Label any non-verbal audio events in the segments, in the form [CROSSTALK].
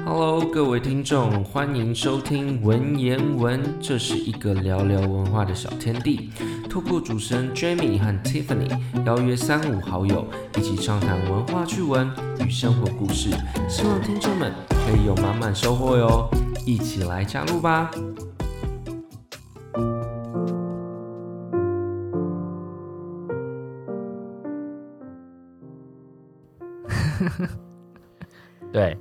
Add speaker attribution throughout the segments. Speaker 1: Hello，各位听众，欢迎收听文言文，这是一个聊聊文化的小天地。透过主持人 Jamie 和 Tiffany，邀约三五好友，一起畅谈文化趣闻与生活故事，希望听众们可以有满满收获哟！一起来加入吧。 [LAUGHS] 对，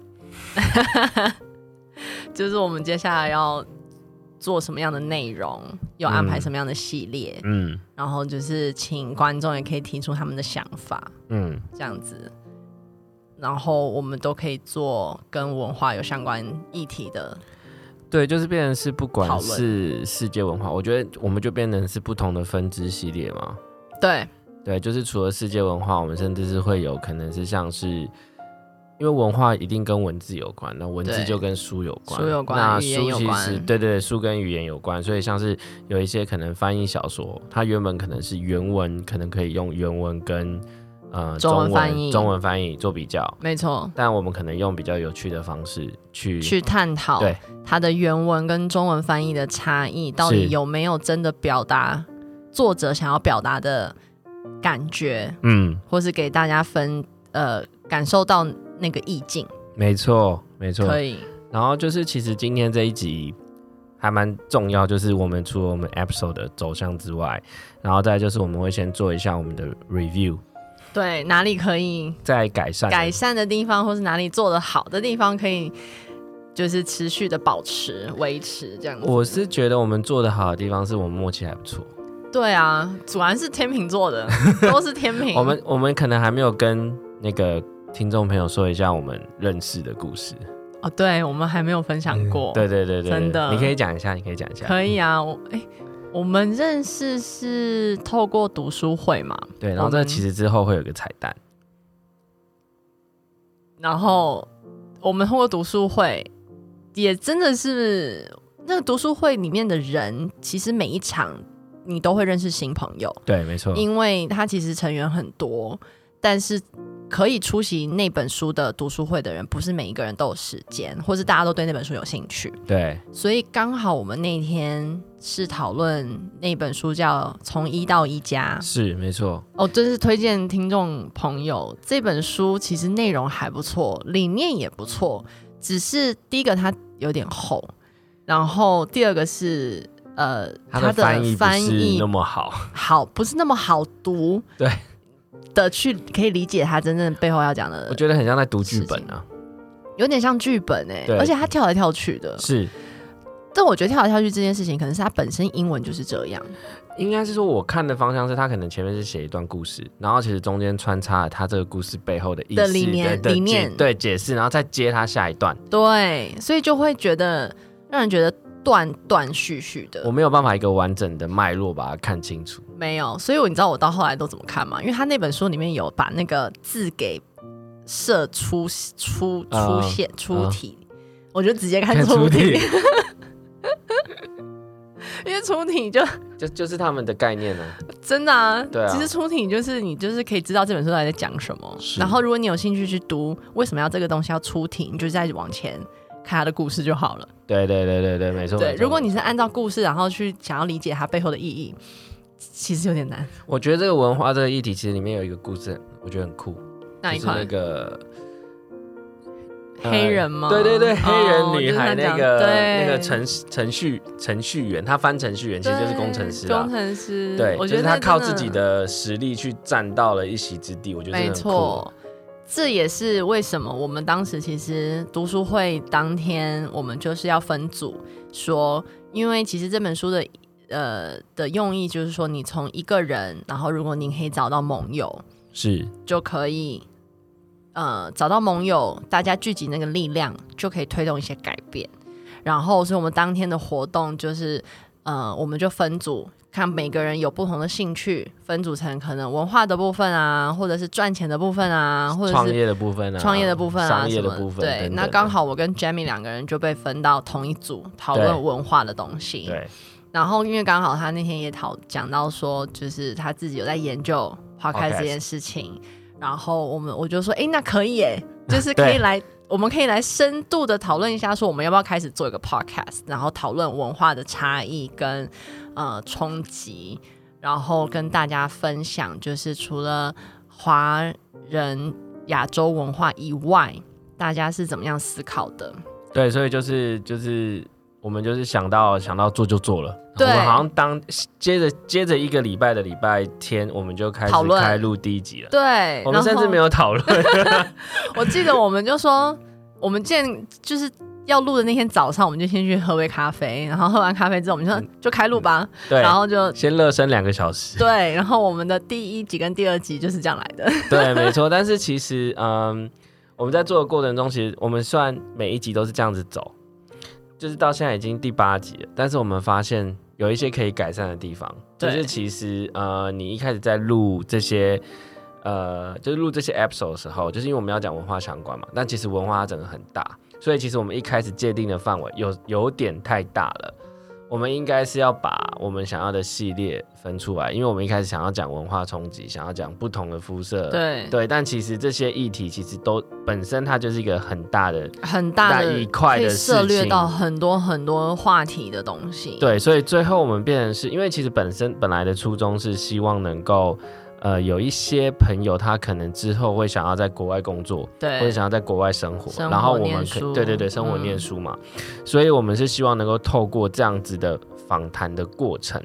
Speaker 2: 就是我们接下来要做什么样的内容，有安排
Speaker 1: 嗯
Speaker 2: 什么样的系列，
Speaker 1: 嗯
Speaker 2: 然后就是请观众也可以提出他们的想法，
Speaker 1: 嗯，
Speaker 2: 这样子，然后我们都可以做跟文化有相关议题的。
Speaker 1: 对，就是变成是不
Speaker 2: 讨
Speaker 1: 管
Speaker 2: 论
Speaker 1: 是世界文化，我觉得我们就变成是不同的分支系列嘛。
Speaker 2: 对，
Speaker 1: 对，就是除了世界文化，我们甚至是会有可能是像是，因为文化一定跟文字有关，那文字
Speaker 2: 对
Speaker 1: 就跟书有关，
Speaker 2: 书有关
Speaker 1: 那
Speaker 2: 语言
Speaker 1: 书
Speaker 2: 有
Speaker 1: 其实
Speaker 2: 关
Speaker 1: 对对对，书跟语言有关，所以像是有一些可能翻译小说，它原本可能是原文，可能可以用原文跟呃
Speaker 2: 中文
Speaker 1: 文
Speaker 2: 翻译
Speaker 1: 中文翻译做比较，
Speaker 2: 没错，
Speaker 1: 但我们可能用比较有趣的方式去
Speaker 2: 去探讨
Speaker 1: 对
Speaker 2: 它的原文跟中文翻译的差异，到底
Speaker 1: 是
Speaker 2: 有没有真的表达作者想要表达的感觉，
Speaker 1: 嗯，
Speaker 2: 或是给大家分呃感受到那个意境，
Speaker 1: 没错没错，
Speaker 2: 可以。
Speaker 1: 然后就是，其实今天这一集还蛮重要，就是我们除了我们 episode 的走向之外，然后再来就是我们会先做一下我们的 review，
Speaker 2: 对，哪里可以
Speaker 1: 再改善
Speaker 2: 改善的地方，或是哪里做的好的地方，可以就是持续的保持、维持这样子。
Speaker 1: 我是觉得我们做的好的地方是我们默契还不错，
Speaker 2: 对啊，果然是天秤座的，都是天秤。
Speaker 1: [LAUGHS] 我们我们可能还没有跟那个听众朋友说一下我们认识的故事。
Speaker 2: 哦，对，我们还没有分享过。
Speaker 1: 嗯对对对对，对
Speaker 2: 真的
Speaker 1: 你可以讲一下，你可以讲一下。
Speaker 2: 可以啊，我哎、我们认识是透过读书会嘛，
Speaker 1: 对，然后
Speaker 2: 我
Speaker 1: 这
Speaker 2: 们
Speaker 1: 其实之后会有个彩蛋，
Speaker 2: 嗯然后我们通过读书会，也真的是那个读书会里面的人，其实每一场你都会认识新朋友。
Speaker 1: 对，没错，
Speaker 2: 因为它其实成员很多，但是可以出席那本书的读书会的人，不是每一个人都有时间，或是大家都对那本书有兴趣。
Speaker 1: 对，
Speaker 2: 所以刚好我们那天是讨论那本书叫《从一到一加》
Speaker 1: 是没错，
Speaker 2: 哦，真是推荐听众朋友这本书，其实内容还不错，理念也不错，只是第一个它有点厚，然后第二个是呃
Speaker 1: 它的翻译不
Speaker 2: 翻
Speaker 1: 是
Speaker 2: 译
Speaker 1: 那么好，
Speaker 2: 好，不是那么好读，
Speaker 1: 对
Speaker 2: 的去可以理解他真正背后要讲的
Speaker 1: 我，觉得很像在读剧
Speaker 2: 呃事情
Speaker 1: 本啊，
Speaker 2: 有点像剧本哎、
Speaker 1: 对
Speaker 2: 而且他跳来跳去的。
Speaker 1: 是。
Speaker 2: 但我觉得跳来跳去这件事情，可能是他本身英文就是这样，
Speaker 1: 应该是说，我看的方向是他可能前面是写一段故事，然后其实中间穿插了他这个故事背后的意思
Speaker 2: 的理念
Speaker 1: 的的
Speaker 2: 理念
Speaker 1: 解对解释，然后再接他下一段。
Speaker 2: 对，所以就会觉得让人觉得断断续续的
Speaker 1: 我。没有办法一个完整的脉络把它看清楚。
Speaker 2: 没有，所以我你知道我到后来都怎么看吗？因为他那本书里面有把那个字给设出出出
Speaker 1: 啊
Speaker 2: 现出
Speaker 1: 啊
Speaker 2: 题，我就直接
Speaker 1: [LAUGHS]
Speaker 2: 看出题， [LAUGHS] 因为出题就
Speaker 1: 就就是他们的概念呢、
Speaker 2: 真的啊，
Speaker 1: 对啊
Speaker 2: 其实出题就是你就是可以知道这本书到底在讲什么，
Speaker 1: 是
Speaker 2: 然后如果你有兴趣去读，为什么要这个东西要出题，你就再往前看它的故事就好了。
Speaker 1: 对对对对对，没错。
Speaker 2: 对
Speaker 1: 没，错
Speaker 2: 如果你是按照故事然后去想要理解它背后的意义，其实有点难。
Speaker 1: 我觉得这个文化这个议题，其实里面有一个故事，我觉得很酷，
Speaker 2: 那一
Speaker 1: 就是那
Speaker 2: 块、
Speaker 1: 个呃
Speaker 2: 黑人吗？
Speaker 1: 对对对，黑人
Speaker 2: 哦
Speaker 1: 女孩
Speaker 2: 就是
Speaker 1: 那
Speaker 2: 他
Speaker 1: 个、
Speaker 2: 讲对
Speaker 1: 那个程程序程序员，他翻程序员其实就是工程师
Speaker 2: 对
Speaker 1: 啦
Speaker 2: 工。程师，
Speaker 1: 对，
Speaker 2: 我
Speaker 1: 就
Speaker 2: 觉
Speaker 1: 是
Speaker 2: 得
Speaker 1: 他靠自
Speaker 2: 真
Speaker 1: 己的实力去占到了一席之地，我觉得这
Speaker 2: 没
Speaker 1: 个很酷
Speaker 2: 错，这也是为什么我们当时其实读书会当天，我们就是要分组说，因为其实这本书的呃的用意就是说，你从一个人，然后如果你可以找到盟友，
Speaker 1: 是
Speaker 2: 就可以呃找到盟友，大家聚集那个力量，就可以推动一些改变。然后，所以我们当天的活动就是，呃，我们就分组，看每个人有不同的兴趣，分组成可能文化的部分啊，或者是赚钱的部分啊，或者
Speaker 1: 创
Speaker 2: 是
Speaker 1: 业的部分啊，
Speaker 2: 创业的部分啊，
Speaker 1: 商业
Speaker 2: 什
Speaker 1: 的
Speaker 2: 么
Speaker 1: 部分，
Speaker 2: 对，
Speaker 1: 等等
Speaker 2: 那
Speaker 1: 的
Speaker 2: 刚好我跟 Jamie 两个人就被分到同一组讨
Speaker 1: 对
Speaker 2: 论文化的东西。
Speaker 1: 对
Speaker 2: 然后因为刚好他那天也讨讲到说，就是他自己有在研究花开
Speaker 1: Podcast [LAUGHS]
Speaker 2: 这件事情，然后我们我就说，哎，那可以耶，就是可以
Speaker 1: 对
Speaker 2: 来，我们可以来深度的讨论一下，说我们要不要开始做一个 podcast，然后讨论文化的差异跟呃冲击，然后跟大家分享，就是除了华人亚洲文化以外，大家是怎么样思考的？
Speaker 1: 对，所以就是就是我们就是想到想到做就做了。
Speaker 2: 对
Speaker 1: 我们好像当接着接着一个礼拜的礼拜天，我们就开始
Speaker 2: 讨论
Speaker 1: 开录第一集了。
Speaker 2: 对，
Speaker 1: 我们甚至没
Speaker 2: 有，
Speaker 1: 有讨
Speaker 2: [LAUGHS]
Speaker 1: 论，
Speaker 2: 我记得我们就说，我们见就是。要录的那天早上，我们就先去喝杯咖啡，然后喝完咖啡之后，我们就说就开录吧，
Speaker 1: 嗯对，
Speaker 2: 然后就
Speaker 1: 先热身两个小时。
Speaker 2: 对，然后我们的第一集跟第二集就是这样来的。
Speaker 1: 对，没错。但是其实，嗯，我们在做的过程中，其实我们虽然每一集都是这样子走，就是到现在已经第八集了，但是我们发现有一些可以改善的地方，就
Speaker 2: 对
Speaker 1: 是其实，呃，你一开始在录这些。呃，就是录这些 episode 的时候，就是因为我们要讲文化相关嘛，但其实文化它整个很大，所以其实我们一开始界定的范围有有点太大了。我们应该是要把我们想要的系列分出来，因为我们一开始想要讲文化冲击，想要讲不同的肤色，
Speaker 2: 对，
Speaker 1: 对，但其实这些议题其实都本身它就是一个很大的，
Speaker 2: 很大
Speaker 1: 那
Speaker 2: 的
Speaker 1: 一块
Speaker 2: 可以
Speaker 1: 的事
Speaker 2: 涉略
Speaker 1: 情
Speaker 2: 到很多很多话题的东西。，
Speaker 1: 对，所以最后我们变成是因为其实本身本来的初衷是希望能够，呃，有一些朋友他可能之后会想要在国外工作，或者
Speaker 2: 对，
Speaker 1: 想要在国外生活，
Speaker 2: 生
Speaker 1: 然后我
Speaker 2: 活
Speaker 1: 们
Speaker 2: 念
Speaker 1: 可
Speaker 2: 书
Speaker 1: 对对对，生活
Speaker 2: 嗯
Speaker 1: 念书嘛，所以我们是希望能够透过这样子的访谈的过程，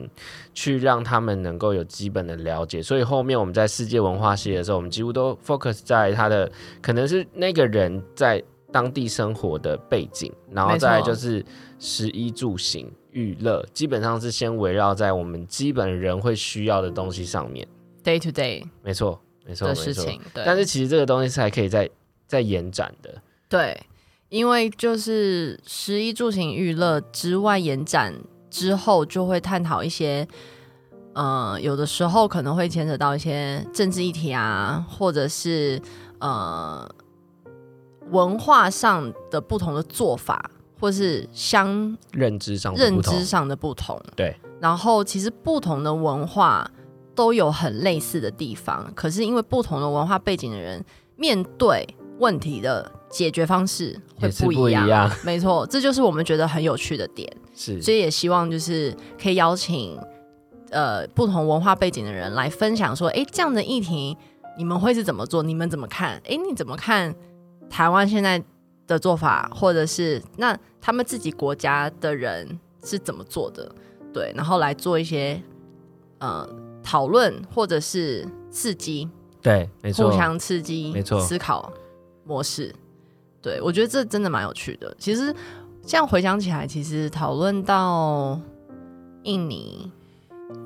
Speaker 1: 去让他们能够有基本的了解。所以后面我们在世界文化系的时候，我们几乎都 focus 在他的可能是那个人在当地生活的背景，然后
Speaker 2: 没错
Speaker 1: 再来就是食衣住行、娱乐，基本上是先围绕在我们基本人会需要的东西上面。
Speaker 2: day to day
Speaker 1: 没错，没错，
Speaker 2: 的
Speaker 1: 没
Speaker 2: 事
Speaker 1: 错。
Speaker 2: 情。对，
Speaker 1: 但是其实这个东西是还可以再再延展的。
Speaker 2: 对，因为就是食衣住行娱乐之外延展之后，就会探讨一些，呃，有的时候可能会牵扯到一些政治议题啊，或者是呃文化上的不同的做法，或是相
Speaker 1: 认知上的
Speaker 2: 认
Speaker 1: 不同
Speaker 2: 知上的不同。
Speaker 1: 对，
Speaker 2: 然后其实不同的文化都有很类似的地方，可是因为不同的文化背景的人面对问题的解决方式会
Speaker 1: 也是
Speaker 2: 不
Speaker 1: 不
Speaker 2: 一
Speaker 1: 一
Speaker 2: 样。
Speaker 1: 样
Speaker 2: 没错，这就是我们觉得很有趣的点，
Speaker 1: 是
Speaker 2: 所以也希望就是可以邀请呃不同文化背景的人来分享说，哎，这样的议题你们会是怎么做？你们怎么看？哎，你怎么看台湾现在的做法，或者是那他们自己国家的人是怎么做的？对，然后来做一些呃讨论，或者是刺激，
Speaker 1: 对，没错
Speaker 2: 互，相刺激，
Speaker 1: 没错
Speaker 2: 思考模式。对，我觉得这真的蛮有趣的。其实这样回想起来，其实讨论到印尼，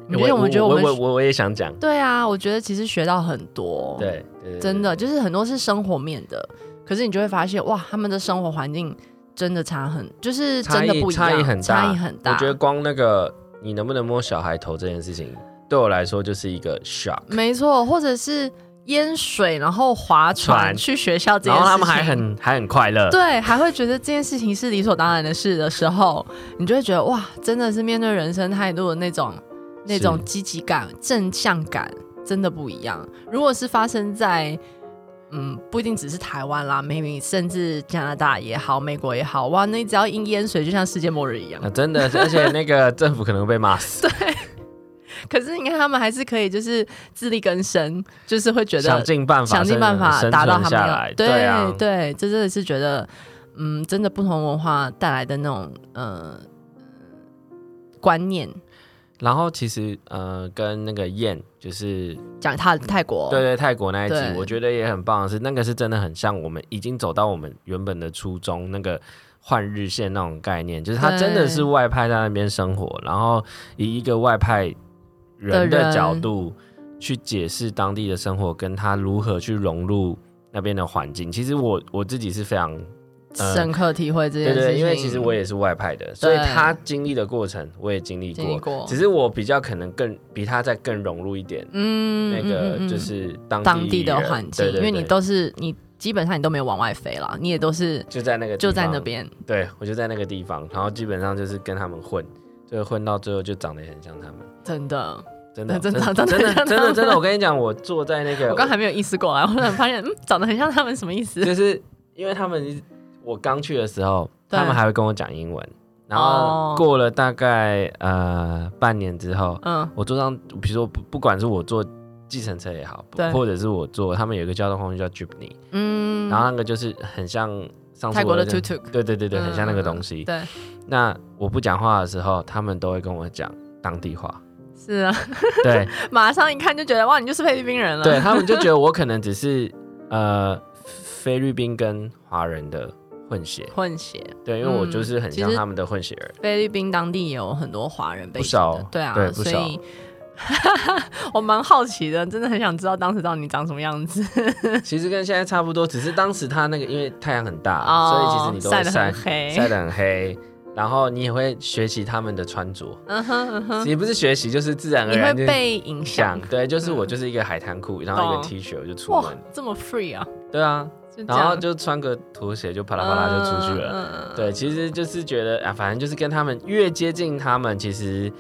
Speaker 2: 你觉得我们觉得
Speaker 1: 我
Speaker 2: 我们
Speaker 1: 我我我也想讲，
Speaker 2: 对啊，我觉得其实学到很多。，
Speaker 1: 对，对对
Speaker 2: 真的就是很多是生活面的，可是你就会发现哇，他们的生活环境真的差很，就是真的不一样，
Speaker 1: 差异很大，
Speaker 2: 差异很大。
Speaker 1: 我觉得光那个你能不能摸小孩头这件事情，对我来说就是一个 shock。
Speaker 2: 没错，或者是淹水然后划船
Speaker 1: 船
Speaker 2: 去学校这件
Speaker 1: 然
Speaker 2: 事
Speaker 1: 后
Speaker 2: 情，
Speaker 1: 他们还很还很快乐，
Speaker 2: 对，还会觉得这件事情是理所当然的事的时候，你就会觉得哇，真的是面对人生态度的那种那
Speaker 1: 是
Speaker 2: 种积极感、正向感，真的不一样。如果是发生在嗯，不一定只是台湾啦，maybe 甚至加拿大也好，美国也好，哇，那只要一淹水就像世界末日一样
Speaker 1: 啊，。真的，而且那个政府可能会被骂
Speaker 2: [LAUGHS]
Speaker 1: 死，
Speaker 2: 可是你看他们还是可以，就是自力更生，就是会觉
Speaker 1: 想
Speaker 2: 得
Speaker 1: 尽办法，
Speaker 2: 想尽办法
Speaker 1: 生
Speaker 2: 达到
Speaker 1: 存
Speaker 2: 他们
Speaker 1: 下
Speaker 2: 要
Speaker 1: 来，对啊，
Speaker 2: 对，这真的是觉得，嗯，真的不同文化带来的那种呃观念。
Speaker 1: 然后其实呃，跟那个燕就是
Speaker 2: 讲他泰国，
Speaker 1: 对对，泰国那一集
Speaker 2: 对，
Speaker 1: 我觉得也很棒的是，那个是真的很像我们已经走到我们原本的初衷，那个换日线那种概念，就是他
Speaker 2: 对
Speaker 1: 真的是外派在那边生活，然后以一个外派人
Speaker 2: 的
Speaker 1: 的
Speaker 2: 人
Speaker 1: 角度去解释当地的生活，跟他如何去融入那边的环境。其实我我自己是非常呃
Speaker 2: 深刻体会这件
Speaker 1: 对
Speaker 2: 事情。
Speaker 1: 对，因为其实我也是外派的，所以
Speaker 2: 对
Speaker 1: 他经历的过程我也经历
Speaker 2: 经历过
Speaker 1: 只是我比较可能更比他再更融入一点。
Speaker 2: 嗯
Speaker 1: 那
Speaker 2: 嗯嗯
Speaker 1: 个
Speaker 2: 嗯
Speaker 1: 就是当
Speaker 2: 当地的
Speaker 1: 人
Speaker 2: 环境，
Speaker 1: 对对
Speaker 2: 因为
Speaker 1: 对
Speaker 2: 你都是你基本上你都没有往外飞啦，你也都是
Speaker 1: 就在那个地
Speaker 2: 就在
Speaker 1: 方
Speaker 2: 那，边。
Speaker 1: 对我就在那个地方，然后基本上就是跟他们混，就混到最后就长得也很像他们，
Speaker 2: 真的，
Speaker 1: 真的
Speaker 2: [LAUGHS] 真的
Speaker 1: 真的
Speaker 2: 真的
Speaker 1: 真的
Speaker 2: 像他
Speaker 1: 真
Speaker 2: 们
Speaker 1: 的真的，我跟你讲，我坐在那个，
Speaker 2: 我刚还没有意识过来，我突然发现，嗯，长得很像他们，什么意思？
Speaker 1: 就是因为他们我刚去的时候，
Speaker 2: 对
Speaker 1: 他们还会跟我讲英文，然
Speaker 2: 哦
Speaker 1: 后过了大概呃半年之后，
Speaker 2: 嗯
Speaker 1: 我坐上，比如说不不管是我坐计程车也好，不
Speaker 2: 对
Speaker 1: 或者是我坐他们有一个交通工具叫 Jeepney，、
Speaker 2: 嗯，
Speaker 1: 然后那个就是很像上次
Speaker 2: 泰国的
Speaker 1: 我在
Speaker 2: tuk-tuk
Speaker 1: 对对对对，
Speaker 2: 嗯
Speaker 1: 很像那个东西。
Speaker 2: 对，
Speaker 1: 那我不讲话的时候，他们都会跟我讲当
Speaker 2: [LAUGHS]
Speaker 1: 地话，
Speaker 2: 是啊，
Speaker 1: 对
Speaker 2: 马上一看就觉得哇，你就是菲律宾人了。
Speaker 1: 对，他们就觉得我可能只是呃菲律宾跟华人的混血，
Speaker 2: 混血，
Speaker 1: 对，因为我就是很
Speaker 2: 嗯
Speaker 1: 像
Speaker 2: 其实
Speaker 1: 他们的混血
Speaker 2: [LAUGHS]
Speaker 1: 儿，
Speaker 2: 菲律宾当地也有很多华人
Speaker 1: 不
Speaker 2: 背景的，
Speaker 1: 少
Speaker 2: 对啊，
Speaker 1: 对不
Speaker 2: 所
Speaker 1: 少
Speaker 2: 以 [LAUGHS] 我蛮好奇的，真的很想知道当时到底你长什么样子
Speaker 1: 其实跟现在差不多，只是当时他那个因为太阳很大，啊所以其实你都
Speaker 2: 哦晒
Speaker 1: 会
Speaker 2: 得
Speaker 1: 晒
Speaker 2: 很黑，
Speaker 1: 晒得很黑，然后你也会学习他们的穿着，
Speaker 2: 嗯哼嗯哼，
Speaker 1: 也不是学习，就是自然而
Speaker 2: 你会
Speaker 1: 然就
Speaker 2: 被影响
Speaker 1: 想，对，就是我就是一个海滩裤，然后一
Speaker 2: 懂
Speaker 1: 个 T 恤我就出
Speaker 2: 哇
Speaker 1: 门，，
Speaker 2: 这么 free 啊，
Speaker 1: 对啊，
Speaker 2: [LAUGHS] 就这
Speaker 1: 然后
Speaker 2: 样嗯
Speaker 1: 就穿个拖鞋就啪啦啪啦就出去了。
Speaker 2: 了，
Speaker 1: 对，其实就是觉得啊，反正就是跟他们越接近他们，其实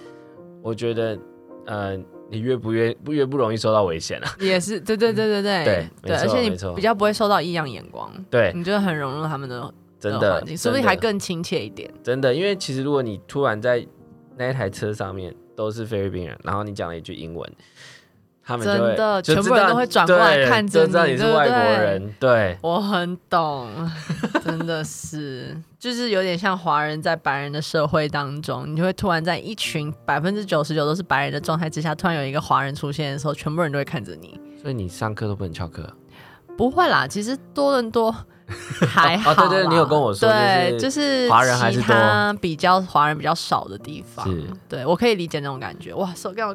Speaker 1: 我觉得，呃，你越不越不越不容易受到危险啊。 [LAUGHS]
Speaker 2: 也是对对对对对
Speaker 1: 嗯对没
Speaker 2: 而
Speaker 1: 错
Speaker 2: 且
Speaker 1: 没
Speaker 2: 你
Speaker 1: 错
Speaker 2: 比较不会受到异样眼光，
Speaker 1: 对，
Speaker 2: 你就很融入他们的
Speaker 1: 真
Speaker 2: 的
Speaker 1: 的
Speaker 2: 环，境，嗯哦说
Speaker 1: 真
Speaker 2: 不定
Speaker 1: 的
Speaker 2: 还更亲切一点。
Speaker 1: 真的，因为其实如果你突然在那一台车上面都是菲律宾人，然后你讲了一句英文，他们就
Speaker 2: 真
Speaker 1: 会
Speaker 2: 的
Speaker 1: 就
Speaker 2: 全部
Speaker 1: 知
Speaker 2: 人
Speaker 1: 道
Speaker 2: 都会转过来
Speaker 1: 对
Speaker 2: 看
Speaker 1: 就
Speaker 2: 着
Speaker 1: 知道
Speaker 2: 你
Speaker 1: 你是
Speaker 2: 对不
Speaker 1: 外国
Speaker 2: 对
Speaker 1: 人，对
Speaker 2: 我很
Speaker 1: [LAUGHS]
Speaker 2: 懂，真的是，就是有点像华人在白人的社会当中，你就会突然在一群百分之九十九都是白人的状态之下，突然有一个华人出现的时候，全部人都会看着你。
Speaker 1: 所以你上课都不能翘课。
Speaker 2: 不会啦，其实多伦
Speaker 1: [LAUGHS]
Speaker 2: 多还好
Speaker 1: 哦
Speaker 2: 啦、
Speaker 1: 对对你有跟我说
Speaker 2: 对，
Speaker 1: 就是华人还是
Speaker 2: 其他比较华人比较少的地方
Speaker 1: 是，
Speaker 2: 对我可以理解那种感觉。哇，手刚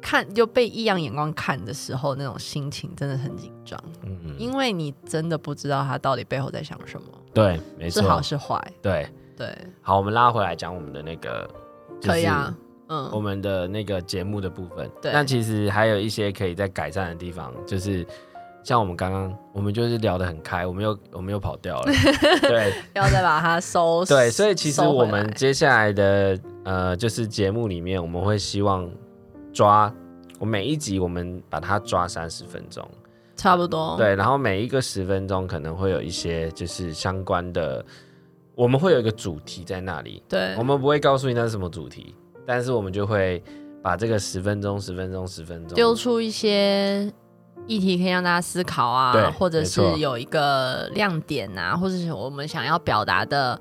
Speaker 2: 看就被异样眼光看的时候，那种心情真的很紧张，
Speaker 1: 嗯，
Speaker 2: 因为你真的不知道他到底背后在想什么，
Speaker 1: 对，没
Speaker 2: 是好
Speaker 1: 错，
Speaker 2: 是坏，
Speaker 1: 对。
Speaker 2: 对，
Speaker 1: 好，我们拉回来讲我们的那个，就是
Speaker 2: 可以啊，
Speaker 1: 我
Speaker 2: 嗯，
Speaker 1: 们的那个节目的部分。
Speaker 2: 对
Speaker 1: 那其实还有一些可以在改善的地方，就是像我们刚刚，我们就是聊得很开，我们又我们又跑掉
Speaker 2: [LAUGHS]
Speaker 1: 了。对
Speaker 2: 要再把它
Speaker 1: [LAUGHS]
Speaker 2: 收
Speaker 1: 对，所以其实
Speaker 2: 收回
Speaker 1: 我
Speaker 2: 来
Speaker 1: 们接下来的呃，就是节目里面，我们会希望抓。我每一集我们把它抓三十分钟，
Speaker 2: 差不多，
Speaker 1: 对，然后每一个十分钟可能会有一些就是相关的，我们会有一个主题在那里，
Speaker 2: 对
Speaker 1: 我，们不会告诉你那是什么主题，但是我们就会把这个十分钟、十分钟、十分钟
Speaker 2: 丢出一些议题可以让大家思考
Speaker 1: 对
Speaker 2: 啊，或者是
Speaker 1: 没错
Speaker 2: 有一个亮点啊，或者是我们想要表达的，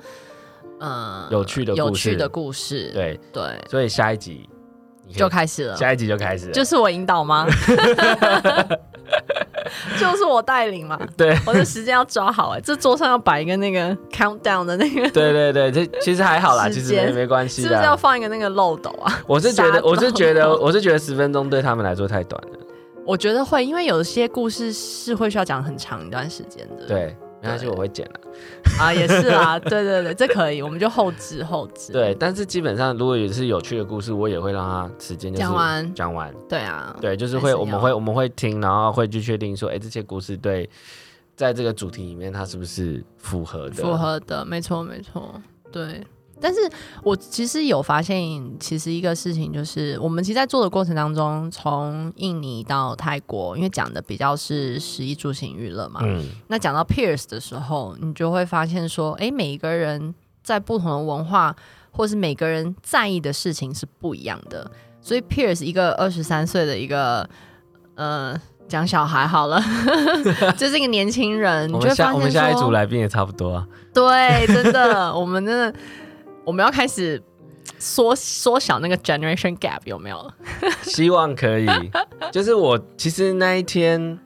Speaker 2: 呃，
Speaker 1: 有趣的故事
Speaker 2: 有趣的故事，
Speaker 1: 对，
Speaker 2: 对，
Speaker 1: 所以下一集你可以
Speaker 2: 就开始了，
Speaker 1: 下一集就开始了，
Speaker 2: 就是我引导
Speaker 1: [LAUGHS]
Speaker 2: 吗？就是我带领嘛，
Speaker 1: 对，
Speaker 2: 我的时间要抓好哎、这桌上要摆一个那个 countdown 的那个，
Speaker 1: 对对对，这其实还好啦，
Speaker 2: 时
Speaker 1: 其实
Speaker 2: 间
Speaker 1: 没没关
Speaker 2: 是
Speaker 1: 系
Speaker 2: 不是要
Speaker 1: 的。啊
Speaker 2: 放一个那个漏斗啊？
Speaker 1: 我是觉
Speaker 2: 杀
Speaker 1: 得，我是
Speaker 2: [LAUGHS]
Speaker 1: 觉
Speaker 2: 到
Speaker 1: 得，我是觉得十分钟对他们来说太短了。
Speaker 2: 我觉得会，因为有些故事是会需要讲很长一段时间的。
Speaker 1: 对，没关系，
Speaker 2: 对
Speaker 1: 我会剪的。
Speaker 2: 啊，也是啦，对对对，这可以，我们就后置后置。
Speaker 1: 对，但是基本上如果也是有趣的故事，我也会让他时间就是
Speaker 2: 讲完
Speaker 1: 讲完。
Speaker 2: 对啊，
Speaker 1: 对，就是
Speaker 2: 还
Speaker 1: 会
Speaker 2: 是
Speaker 1: 我们
Speaker 2: 要
Speaker 1: 会我们会听，然后会去确定说，哎，这些故事对在这个主题里面它是不是符合的？
Speaker 2: 符合的，没错没错，对。但是我其实有发现，其实一个事情就是，我们其实在做的过程当中，从印尼到泰国，因为讲的比较是食衣住行娱乐嘛，
Speaker 1: 嗯，
Speaker 2: 那讲到 peers 的时候，你就会发现说，诶，每一个人在不同的文化，或是每个人在意的事情是不一样的。所以 peers 一个二十三岁的一个，呃，讲小孩好了， [LAUGHS] 就是一个年轻人，你
Speaker 1: 我
Speaker 2: 就会
Speaker 1: 们
Speaker 2: 发现
Speaker 1: 下
Speaker 2: 说，
Speaker 1: 我们下一组来宾也差不
Speaker 2: [LAUGHS]
Speaker 1: 多啊。
Speaker 2: 对，真的，我们真的，我们要开始缩缩小那个 generation gap 有没有？
Speaker 1: 希望可以。就是我其实那一天，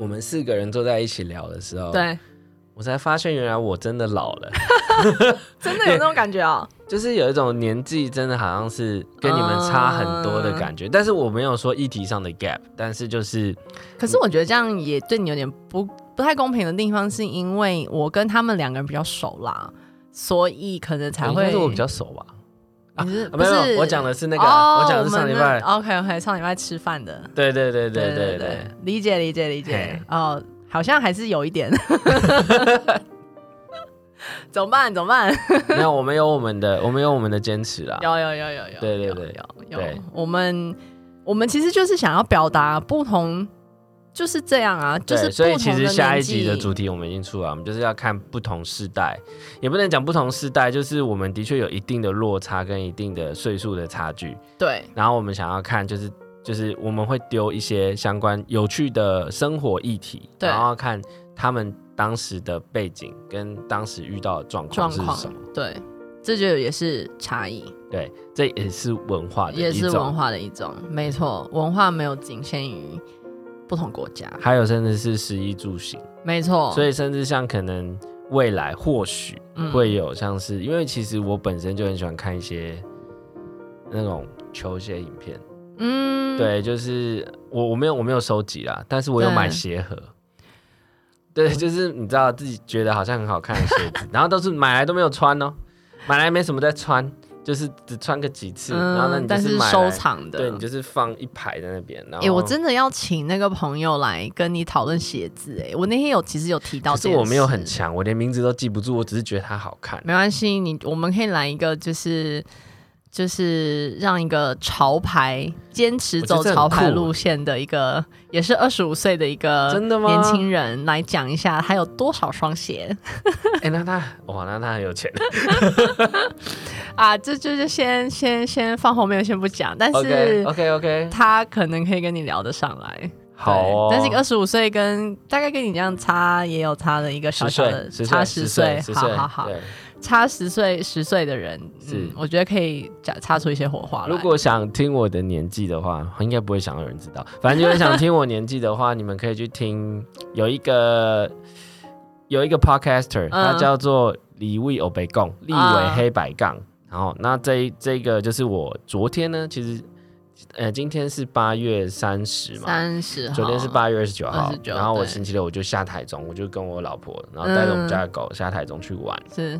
Speaker 1: 我们四个人坐在一起聊的时候，，
Speaker 2: 对，
Speaker 1: 我才发现原来我真的老了，
Speaker 2: 真的有那种感觉哦。
Speaker 1: 就是有一种年纪真的好像是跟你们
Speaker 2: 啊
Speaker 1: 差很多的感觉。但是我没有说议题上的 gap，但是就是
Speaker 2: 可是我觉得这样也对你有点不不太公平的地方，是因为我跟他们两个人比较熟啦，所以可能才
Speaker 1: 应
Speaker 2: 会。
Speaker 1: 哦该是我比较熟吧。
Speaker 2: 你是
Speaker 1: 啊
Speaker 2: 不
Speaker 1: 没有，
Speaker 2: 是
Speaker 1: 我讲的是那个啊，
Speaker 2: 哦，
Speaker 1: 我讲的是上礼拜。
Speaker 2: OK OK，上礼拜吃饭的。
Speaker 1: 对对对对
Speaker 2: 对
Speaker 1: 对
Speaker 2: 对
Speaker 1: 对，，
Speaker 2: 理解理解理解
Speaker 1: 嘿。
Speaker 2: 哦，好像还是有
Speaker 1: [LAUGHS]
Speaker 2: 一点。怎么办？怎么办？
Speaker 1: 没有，我们有我们的，我们有我们的坚持啦。
Speaker 2: 有有有有有，
Speaker 1: 啊对对
Speaker 2: 有
Speaker 1: 对
Speaker 2: 有有
Speaker 1: 对
Speaker 2: 我们我们其实就是想要表达不同就是这样啊，就
Speaker 1: 对，
Speaker 2: 是
Speaker 1: 所以
Speaker 2: 不
Speaker 1: 其
Speaker 2: 同
Speaker 1: 实
Speaker 2: 的
Speaker 1: 下
Speaker 2: 年
Speaker 1: 一集的
Speaker 2: 纪
Speaker 1: 主题我们已经出来，我们就是要看不同世代，也不能讲不同世代，就是我们的确有一定的落差跟一定的岁数的差距。
Speaker 2: 对
Speaker 1: 然后我们想要看就是就是我们会丢一些相关有趣的生活议题，
Speaker 2: 对
Speaker 1: 然后看他们当时的背景跟当时遇到的状况
Speaker 2: 状
Speaker 1: 是
Speaker 2: 况
Speaker 1: 什么。
Speaker 2: 对，这就也是差异。
Speaker 1: 对，这也是文化的一
Speaker 2: 也
Speaker 1: 种，
Speaker 2: 是文化的一种，没错，文化没有仅限于不同国家，
Speaker 1: 还有甚至是食衣住行，
Speaker 2: 没错，
Speaker 1: 所
Speaker 2: 以
Speaker 1: 以甚至像可能未来或许
Speaker 2: 嗯
Speaker 1: 会有像是，因为其实我本身就很喜欢看一些那种球鞋影片，
Speaker 2: 嗯，
Speaker 1: 对，就是我我没有我没有收集啦，但是我有
Speaker 2: 对
Speaker 1: 买鞋盒。对，就是你知道自己觉得好像很好看的鞋子，然后都是买来都没有穿哦，买来没什么再穿，就是只穿个几次，然后呢你
Speaker 2: 嗯，
Speaker 1: 就
Speaker 2: 但
Speaker 1: 是
Speaker 2: 是
Speaker 1: 买来
Speaker 2: 收，藏的，
Speaker 1: 对你就是放一排在那边。然后
Speaker 2: 哎、我真的要请那个朋友来跟你讨论鞋子、哎，我那天有其实有提到
Speaker 1: 可
Speaker 2: 这
Speaker 1: 是
Speaker 2: 件事，
Speaker 1: 我没有很强，我连名字都记不住，我只是觉得它好看。
Speaker 2: 没关系，你我们可以来一个就是。就是让一个潮牌坚持走
Speaker 1: 我觉得这
Speaker 2: 潮
Speaker 1: 很酷
Speaker 2: 牌路线的一个，也是二十五岁的一个
Speaker 1: 真的吗
Speaker 2: 年轻人来讲一下，他有多少双鞋
Speaker 1: [LAUGHS] 哎、那他哇，那他很有钱。
Speaker 2: 啊？这这就先先先放后面，先不讲。但
Speaker 1: OK
Speaker 2: 是
Speaker 1: OK OK，
Speaker 2: 他可能可以跟你聊得上来，
Speaker 1: 好哦。
Speaker 2: 对但是二十五岁跟大概跟你这样差也有差的一个小
Speaker 1: 十
Speaker 2: 小
Speaker 1: 岁
Speaker 2: 的，差十
Speaker 1: 岁，
Speaker 2: 岁
Speaker 1: 十，
Speaker 2: 好
Speaker 1: 岁
Speaker 2: 好好，
Speaker 1: 对
Speaker 2: 差十岁十岁的人，嗯
Speaker 1: 是，
Speaker 2: 我觉得可以擦擦出一些火花来。
Speaker 1: 如果想听我的年纪的话，应该不会想有人知道。反正就是想听我年纪的话， [LAUGHS] 你们可以去听有一个有一个 podcaster，、他
Speaker 2: 嗯
Speaker 1: 叫做李卫欧北贡，立
Speaker 2: 啊
Speaker 1: 伟黑白杠。然后那这一这个就是我昨天呢，其实呃今天是八月三十嘛，
Speaker 2: 三十，
Speaker 1: 昨天是，八月二十九号，
Speaker 2: 29
Speaker 1: 然后我
Speaker 2: 对
Speaker 1: 星期六我就下台中，我就跟我老婆，然后带着我们家的狗下台中去玩。
Speaker 2: 是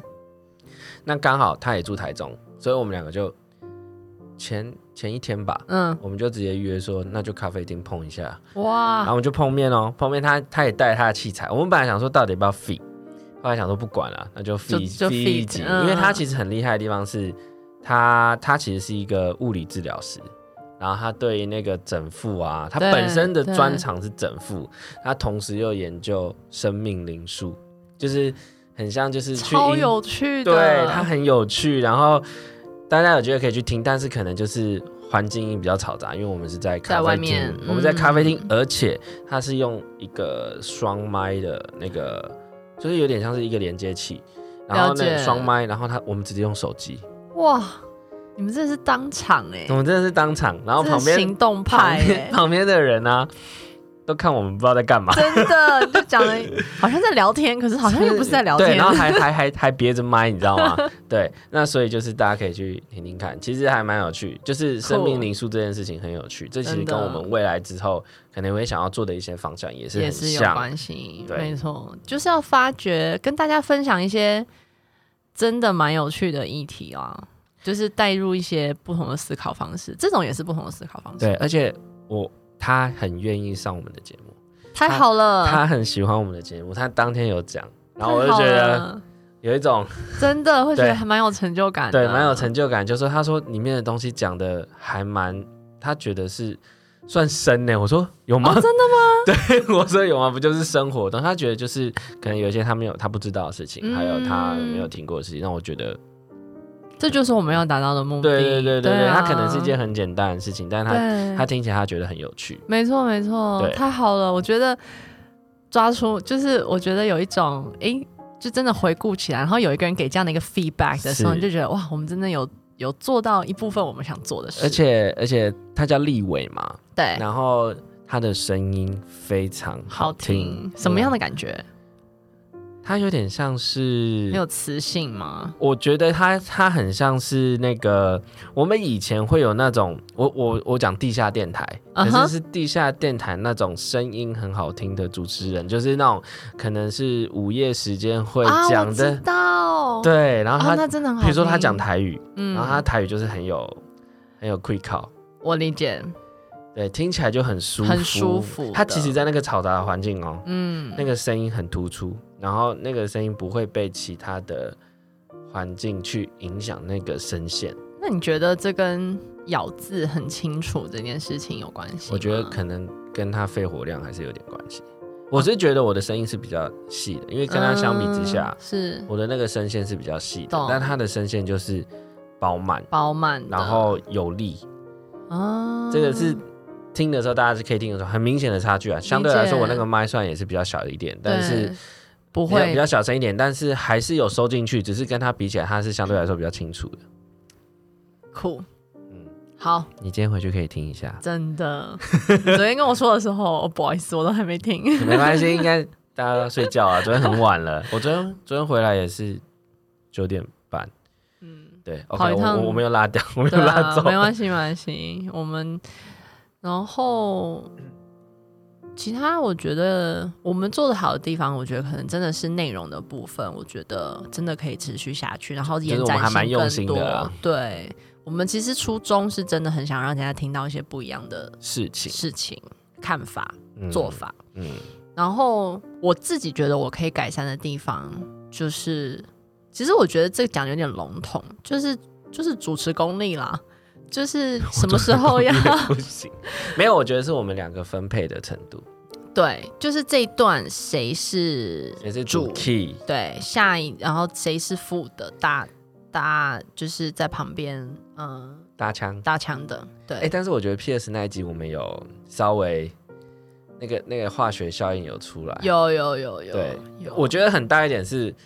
Speaker 1: 那刚好她也住台中，所以我们两个就前前一天吧，
Speaker 2: 嗯，
Speaker 1: 我们就直接约说，那就咖啡厅碰一下，然
Speaker 2: 哇
Speaker 1: 后，我们就碰面哦。碰面她她也带她的器材，我们本来想说到底要不要 fee，后来想说不管了，那就 fee
Speaker 2: 就
Speaker 1: fee 一
Speaker 2: feed，
Speaker 1: 集，
Speaker 2: 嗯
Speaker 1: 因为她其实很厉害的地方是，她她其实是一个物理治疗师。然后她对那个整复啊，她
Speaker 2: 对
Speaker 1: 本身的
Speaker 2: 对
Speaker 1: 专长是整复，她同时又研究生命灵数，就是很像就是去
Speaker 2: 超
Speaker 1: 引
Speaker 2: 有趣的，
Speaker 1: 对，它很有趣。然后大家有觉得可以去听，但是可能就是环境音比较嘈杂，因为我们是在咖
Speaker 2: 在外
Speaker 1: 啡厅
Speaker 2: 面，
Speaker 1: 我们在咖啡厅，
Speaker 2: 嗯
Speaker 1: 而且它是用一个双麦的那个，就是有点像是一个连接器，然后
Speaker 2: 了
Speaker 1: 呢
Speaker 2: 解
Speaker 1: 双麦，然后它我们直接用手机，
Speaker 2: 哇，你们这是当场哎
Speaker 1: 我，们真的是当场，嗯然后
Speaker 2: 这
Speaker 1: 旁
Speaker 2: 是
Speaker 1: 边
Speaker 2: 行动派
Speaker 1: 旁边
Speaker 2: 哎。
Speaker 1: 旁边的人呢、都看我们不知道在干嘛。
Speaker 2: 真的就
Speaker 1: [LAUGHS]
Speaker 2: 讲的，好像在聊天，可是好像又不是在聊天。
Speaker 1: 对，然后
Speaker 2: [LAUGHS]
Speaker 1: 还还还还别着麦，你知道吗？ [LAUGHS] 对，那所以就是大家可以去听听看，其实还蛮有趣，就是生命
Speaker 2: Cool
Speaker 1: 灵数这件事情很有趣，这其实
Speaker 2: 真的
Speaker 1: 跟我们未来之后可能会想要做的一些方向也是
Speaker 2: 也
Speaker 1: 很
Speaker 2: 是有
Speaker 1: 像。
Speaker 2: 关系，
Speaker 1: 对
Speaker 2: 没错，就是要发掘跟大家分享一些真的蛮有趣的议题啊，就是带入一些不同的思考方式，这种也是不同的思考方式，
Speaker 1: 对，而且我他很愿意上我们的节目，
Speaker 2: 太好了，
Speaker 1: 他很喜欢我们的节目，他当天有讲，然后我
Speaker 2: 嗯太
Speaker 1: 就
Speaker 2: 好
Speaker 1: 觉得
Speaker 2: 了
Speaker 1: 有一种
Speaker 2: 真的会觉得
Speaker 1: 对
Speaker 2: 还蛮有成就感的，
Speaker 1: 对蛮有成就感，就是他说里面的东西讲的还蛮，他觉得是算深呢。我说有吗？
Speaker 2: 哦，真的
Speaker 1: [LAUGHS]
Speaker 2: 吗？
Speaker 1: 我说有吗？不就是生活的？他觉得就是可能有一些他没有他不知道的事情，
Speaker 2: 嗯
Speaker 1: 还有他没有听过的事情，让我觉得
Speaker 2: 这就是我们要达到的目的，
Speaker 1: 对对对对对，
Speaker 2: 啊
Speaker 1: 他可能是一件很简单的事情，但是他
Speaker 2: 对
Speaker 1: 他听起来他觉得很有趣。
Speaker 2: 没错，没错，
Speaker 1: 对
Speaker 2: 太好了！我觉得抓出就是，我觉得有一种诶，就真的回顾起来，然后有一个人给这样的一个 feedback 的时候，
Speaker 1: 是
Speaker 2: 你就觉得哇，我们真的有有做到一部分我们想做的事，
Speaker 1: 而且而且他叫立伟嘛，
Speaker 2: 对，
Speaker 1: 然后他的声音非常
Speaker 2: 好
Speaker 1: 好
Speaker 2: 听
Speaker 1: 听，，嗯
Speaker 2: 什么样
Speaker 1: 的？
Speaker 2: 的感觉？
Speaker 1: 他有点像
Speaker 2: 很
Speaker 1: 是。
Speaker 2: 有磁性吗？
Speaker 1: 我觉得他他很像是那个，我们以前会有那种，我我我讲地下电台，可
Speaker 2: 嗯哼
Speaker 1: 是是地下电台那种声音很好听的主持人，就是那种可能是午夜时间会
Speaker 2: 啊，我
Speaker 1: 讲的，
Speaker 2: 知道，
Speaker 1: 对。然后
Speaker 2: 啊，
Speaker 1: 他，
Speaker 2: 那真的很好。
Speaker 1: 比如说他讲，台语，
Speaker 2: 嗯
Speaker 1: 然后他台语就是很有很有 quick call，
Speaker 2: 我理解，
Speaker 1: 对，听起来就很舒服，
Speaker 2: 很舒服的
Speaker 1: 他其实，在那个嘈杂的环境哦，
Speaker 2: 嗯，
Speaker 1: 那个声音很突出，然后那个声音不会被其他的环境去影响那个声线。
Speaker 2: 那你觉得这跟咬字很清楚这件事情有关系吗？哦
Speaker 1: 我觉得可能跟他肺活量还是有点关系。我是觉得我的声音是比较细的，因为跟他相比之下
Speaker 2: 嗯，是
Speaker 1: 我的那个声线是比较细的
Speaker 2: 懂，
Speaker 1: 但他的声线就是饱满，
Speaker 2: 饱满的，嗯
Speaker 1: 然后有力。
Speaker 2: 啊，
Speaker 1: 这个是听的时候，大家是可以听得出很明显的差距啊。相对来说，
Speaker 2: 理解
Speaker 1: 我那个麦算也是比较小一点，
Speaker 2: 对
Speaker 1: 但是
Speaker 2: 不
Speaker 1: 比较比
Speaker 2: 会
Speaker 1: 较小声一点，但是还是有收进去，只是跟他比起来，他是相对来说比较清楚的。
Speaker 2: 苦。
Speaker 1: 嗯，
Speaker 2: 好，，
Speaker 1: 你今天回去可以听一下 [LAUGHS]
Speaker 2: 真的。你昨天跟我说的时候，哦不好意思，我都还没听。
Speaker 1: 没关系，应该大家都睡觉
Speaker 2: [LAUGHS]
Speaker 1: 啊。昨天很晚了，我昨天昨天回来也是九点半。
Speaker 2: 嗯，
Speaker 1: 对
Speaker 2: 跑
Speaker 1: ，OK，
Speaker 2: 一趟
Speaker 1: 我我没有拉掉，我没有
Speaker 2: 对
Speaker 1: [LAUGHS] 拉
Speaker 2: 啊，
Speaker 1: 走。
Speaker 2: 没关系，没关系。我们然后其他，我觉得我们做的好的地方，我觉得可能真的是内容的部分，我觉得真的可以持续下去，然后
Speaker 1: 是
Speaker 2: 延
Speaker 1: 我们
Speaker 2: 展
Speaker 1: 还蛮用
Speaker 2: 更
Speaker 1: 心
Speaker 2: 多。
Speaker 1: 的啊
Speaker 2: 对，我们其实初衷是真的很想让大家听到一些不一样的
Speaker 1: 事情、
Speaker 2: 事情、看法、
Speaker 1: 嗯
Speaker 2: 做，法。
Speaker 1: 嗯， [LAUGHS]
Speaker 2: 然后我自己觉得我可以改善的地方，就是其实我觉得这个讲有点笼统，就是就是主持功力啦，就是什么时候要
Speaker 1: 不行，没有，我觉得是我们两个分配的程度，
Speaker 2: [LAUGHS] 对，就是这一段谁是
Speaker 1: 也是主 key，
Speaker 2: 对下一，然后谁是副的，大大就是在旁边嗯
Speaker 1: 搭腔。
Speaker 2: 搭腔的，对，
Speaker 1: 哎、但是我觉得 PS 那一集我们有稍微那个那个化学效应有出来，
Speaker 2: 有有有有，
Speaker 1: 对
Speaker 2: 有
Speaker 1: 我觉得很大一点是因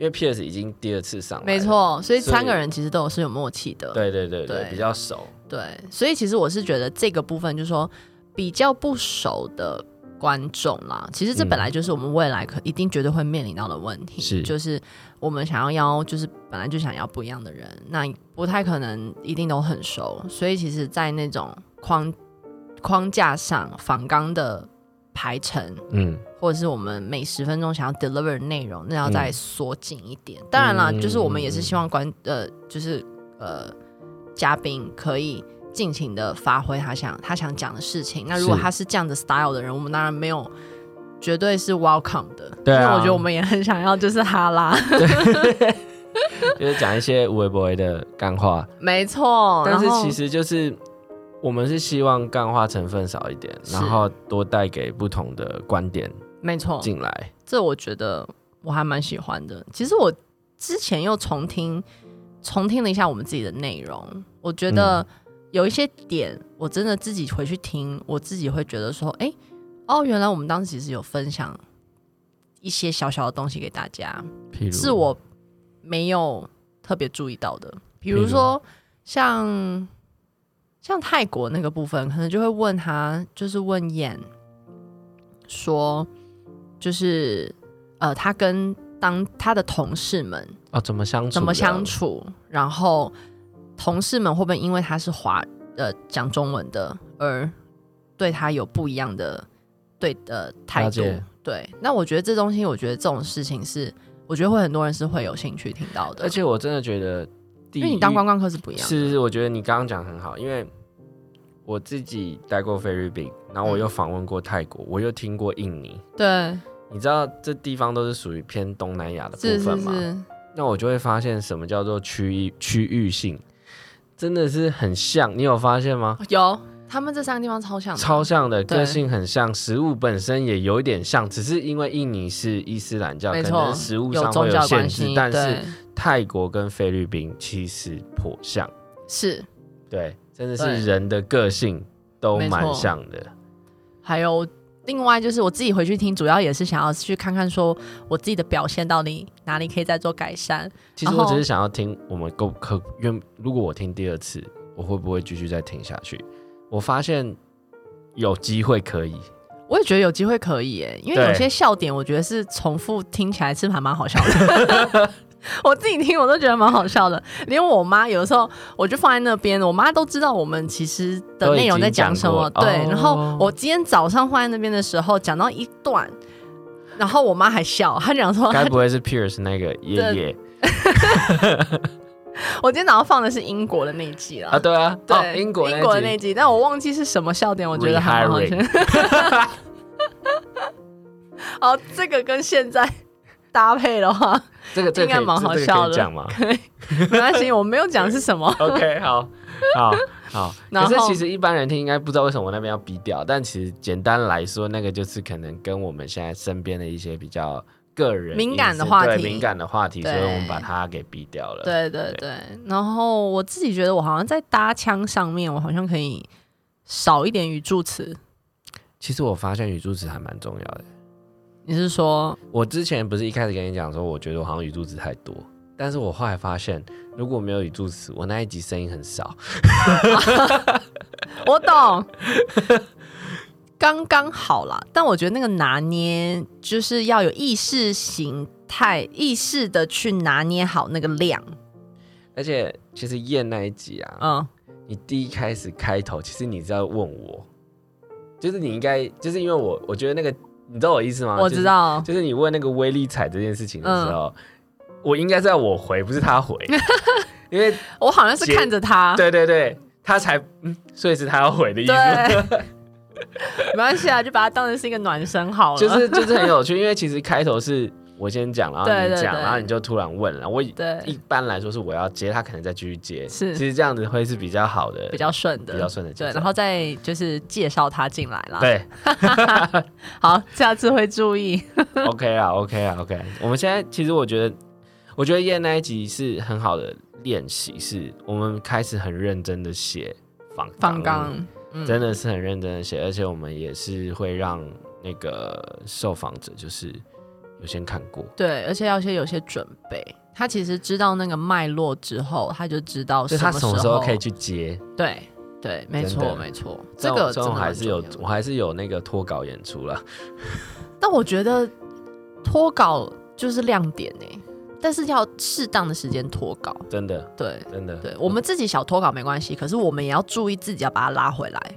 Speaker 1: 为 PS 已经第二次上来，
Speaker 2: 没，错，所以
Speaker 1: 所以
Speaker 2: 三个人其实都有是有默契的，
Speaker 1: 对对对对，
Speaker 2: 对
Speaker 1: 比较熟，
Speaker 2: 对，所以其实我是觉得这个部分，就是说比较不熟的观众啦，其实这本来就是我们未来可一定绝对会面临到的问题，
Speaker 1: 是
Speaker 2: 就是我们想要邀，就是本来就想要不一样的人，那不太可能一定都很熟，所以其实，在那种框框架上，仿纲的排程
Speaker 1: 嗯，
Speaker 2: 或者是我们每十分钟想要 deliver 的内容，那要再缩紧一点。当然啦，
Speaker 1: 嗯
Speaker 2: 就是我们也是希望观呃，就是呃，嘉宾可以尽情的发挥他想他想讲的事情。那如果
Speaker 1: 是
Speaker 2: 他是这样的 style 的人，我们当然没有。绝对是 welcome 的，
Speaker 1: 对啊
Speaker 2: 因为我觉得我们也很想要，就是哈拉，
Speaker 1: 就是讲一些无微不微的干话，
Speaker 2: [LAUGHS] 没错。
Speaker 1: 但是
Speaker 2: 哦然后
Speaker 1: 其实就是我们是希望干话成分少一点，
Speaker 2: 是
Speaker 1: 然后多带给不同的观点
Speaker 2: 没错，
Speaker 1: 进来，
Speaker 2: 这我觉得我还蛮喜欢的。其实我之前又重听重听了一下我们自己的内容，我觉得有一些点，我真的自己回去听，我自己会觉得说，哎，哦，原来我们当时其实有分享一些小小的东西给大家，
Speaker 1: 譬如
Speaker 2: 是我没有特别注意到的，
Speaker 1: 比
Speaker 2: 比如
Speaker 1: 如
Speaker 2: 说像像泰国那个部分，可能就会问他，就是问燕说，就是呃，他跟当他的同事们
Speaker 1: 哦怎么相处，
Speaker 2: 怎么相，处，然后同事们会不会因为他是华呃讲中文的而对他有不一样的对的态
Speaker 1: 了
Speaker 2: 度
Speaker 1: 解？
Speaker 2: 对，那我觉得这东西，我觉得这种事情是，我觉得会很多人是会有兴趣听到的，
Speaker 1: 而且我真的觉得地域，
Speaker 2: 因为你当观光客是不一样的，
Speaker 1: 是，我觉得你刚刚讲得很好，因为我自己待过菲律宾，然后
Speaker 2: 嗯
Speaker 1: 我又访问过泰国，我又听过印尼。
Speaker 2: 对，
Speaker 1: 你知道这地方都是属于偏东南亚的
Speaker 2: 是
Speaker 1: 部分
Speaker 2: 是
Speaker 1: 嘛？
Speaker 2: 是，
Speaker 1: 那我就会发现什么叫做区域区域性，真的是很像。你有发现吗？
Speaker 2: 有他们这三个地方超像的，
Speaker 1: 超像的，
Speaker 2: 对
Speaker 1: 个性很像，食物本身也有一点像，只是因为印尼是伊斯兰教，可
Speaker 2: 没错
Speaker 1: 能食物
Speaker 2: 有
Speaker 1: 上
Speaker 2: 宗
Speaker 1: 会
Speaker 2: 教
Speaker 1: 限
Speaker 2: 关
Speaker 1: 制
Speaker 2: 系，，
Speaker 1: 但是
Speaker 2: 对
Speaker 1: 泰国跟菲律宾其实颇像。
Speaker 2: 是。
Speaker 1: 对，真的
Speaker 2: 对
Speaker 1: 是人的个性都
Speaker 2: 没
Speaker 1: 蛮
Speaker 2: 错
Speaker 1: 像的。
Speaker 2: 还有另外就是我自己回去听，主要也是想要去看看说我自己的表现到底哪里可以再做改善。
Speaker 1: 其实
Speaker 2: 然
Speaker 1: 我
Speaker 2: 后
Speaker 1: 只是想要听我们够可，因为如果我听第二次，我会不会继续再听下去？我发现有机会可以，
Speaker 2: 我也觉得有机会可以耶，因为
Speaker 1: 对
Speaker 2: 有些笑点我觉得是重复听起来是还蛮好笑的。 [LAUGHS] 我自己听我都觉得蛮好笑的，连我妈有的时候我就放在那边，我妈都知道我们其实的
Speaker 1: 都已
Speaker 2: 内容
Speaker 1: 经
Speaker 2: 在
Speaker 1: 讲
Speaker 2: 讲什么。
Speaker 1: 过了
Speaker 2: 对，
Speaker 1: 哦
Speaker 2: 然后我今天早上放在那边的时候，讲到一段，然后我妈还笑，她讲 [LAUGHS] 说
Speaker 1: 该不会是 Pierce 那个爷爷
Speaker 2: 我今天早上放的是英国的那一季了
Speaker 1: 啊？对啊，
Speaker 2: 对、
Speaker 1: 哦英国
Speaker 2: 英国的那
Speaker 1: 那
Speaker 2: 一
Speaker 1: 一集
Speaker 2: 集，但我忘记是什么笑点，我觉得还蛮好笑。好，哦这个跟现在搭配的话，
Speaker 1: 这个这个
Speaker 2: 应该
Speaker 1: 可以
Speaker 2: 蛮
Speaker 1: 这这
Speaker 2: 好
Speaker 1: 个可以
Speaker 2: 笑的
Speaker 1: 讲吗 [LAUGHS]
Speaker 2: 没关系，我没有讲是什么。
Speaker 1: ？OK，好，好好。
Speaker 2: [LAUGHS] 然
Speaker 1: 可
Speaker 2: 后
Speaker 1: 是其实一般人听应该不知道为什么我那边要逼掉，但其实简单来说，那个就是可能跟我们现在身边的一些比较个人
Speaker 2: 敏
Speaker 1: 隐
Speaker 2: 感
Speaker 1: 私
Speaker 2: 的话
Speaker 1: 对
Speaker 2: 题
Speaker 1: 敏感的话题，所
Speaker 2: 对
Speaker 1: 以我们把它给逼掉了。
Speaker 2: 对对对，然后我自己觉得我好像在搭腔上面，我好像可以少一点语助词。
Speaker 1: 其实我发现语助词还蛮重要的。
Speaker 2: 你是说
Speaker 1: 我之前不是一开始跟你讲说，我觉得我好像语助词太多，但是我后来发现，如果没有语助词，我那一集声音很少。
Speaker 2: 我
Speaker 1: [LAUGHS]
Speaker 2: 懂，刚刚好啦。但我觉得那个拿捏就是要有意识形态、意识的去拿捏好那个量。
Speaker 1: 而且其实燕那一集啊，
Speaker 2: 嗯，
Speaker 1: 你第一开始开头，其实你是要问我，就是你应该，就是因为我我觉得那个，你知道我意思吗？
Speaker 2: 我知、道
Speaker 1: 啊
Speaker 2: 嗯
Speaker 1: 就。是，就是你问那个威力彩这件事情的时候，我应该是要我回，不是他
Speaker 2: [LAUGHS]
Speaker 1: 回，因为
Speaker 2: 我好像是
Speaker 1: 姐
Speaker 2: 看着他，
Speaker 1: 对对对，他才嗯，所以是他要回的意思。
Speaker 2: 对，没关系啊，就把它当成是一个暖身好了。
Speaker 1: 就是就是很有趣，因为其实开头是我先讲，然后
Speaker 2: 对
Speaker 1: 你
Speaker 2: 对
Speaker 1: 讲，
Speaker 2: 对
Speaker 1: 然后你就突然问了。我以
Speaker 2: 对
Speaker 1: 一般来说是我要接，他可能再继续接，
Speaker 2: 是
Speaker 1: 其实这样子会是比较好的，
Speaker 2: 比较顺的，
Speaker 1: 比较顺的节
Speaker 2: 对，
Speaker 1: 奏
Speaker 2: 然后再就是介绍他进来啦。，
Speaker 1: 对。
Speaker 2: 好，下次会注意。
Speaker 1: [LAUGHS] OK 啊，OK 啊，OK。我们现在其实我觉得，我觉得夜那一集是很好的练习，是我们开始很认真的写访
Speaker 2: 放刚，嗯
Speaker 1: 真的是很认真的写，而且我们也是会让那个受访者就是有先看过，
Speaker 2: 对，而且要先有些准备。他其实知道那个脉络之后，他就知道
Speaker 1: 就他什
Speaker 2: 什
Speaker 1: 么
Speaker 2: 么
Speaker 1: 时候可以去接。
Speaker 2: 对对，没
Speaker 1: 真
Speaker 2: 错
Speaker 1: 的
Speaker 2: 没错，这
Speaker 1: 但
Speaker 2: 个
Speaker 1: 我但
Speaker 2: 真的
Speaker 1: 我还
Speaker 2: 蛮
Speaker 1: 是有
Speaker 2: 重要，的
Speaker 1: 我还是有那个脱稿演出了。
Speaker 2: 但我觉得脱稿就是亮点呢、但是要适当的时间脱稿。
Speaker 1: 真的，
Speaker 2: 对
Speaker 1: 真的，
Speaker 2: 对，我们自己小脱稿没关系，可是我们也要注意自己要把它拉回来。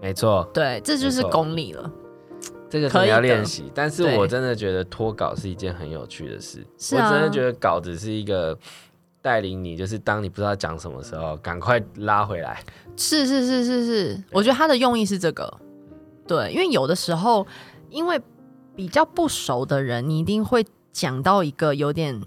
Speaker 1: 没错，
Speaker 2: 对，这就
Speaker 1: 没
Speaker 2: 是
Speaker 1: 错
Speaker 2: 功力了。
Speaker 1: 这个
Speaker 2: 可
Speaker 1: 真的
Speaker 2: 以
Speaker 1: 要
Speaker 2: 的
Speaker 1: 练习，但是
Speaker 2: 对
Speaker 1: 我真的觉得脱稿是一件很有趣的事。
Speaker 2: 是啊
Speaker 1: 我真的觉得稿子是一个带领你，就是当你不知道讲什么时候，赶快拉回来。
Speaker 2: 是是是是是，我觉得他的用意是这个，对，因为有的时候，因为比较不熟的人，你一定会讲到一个有点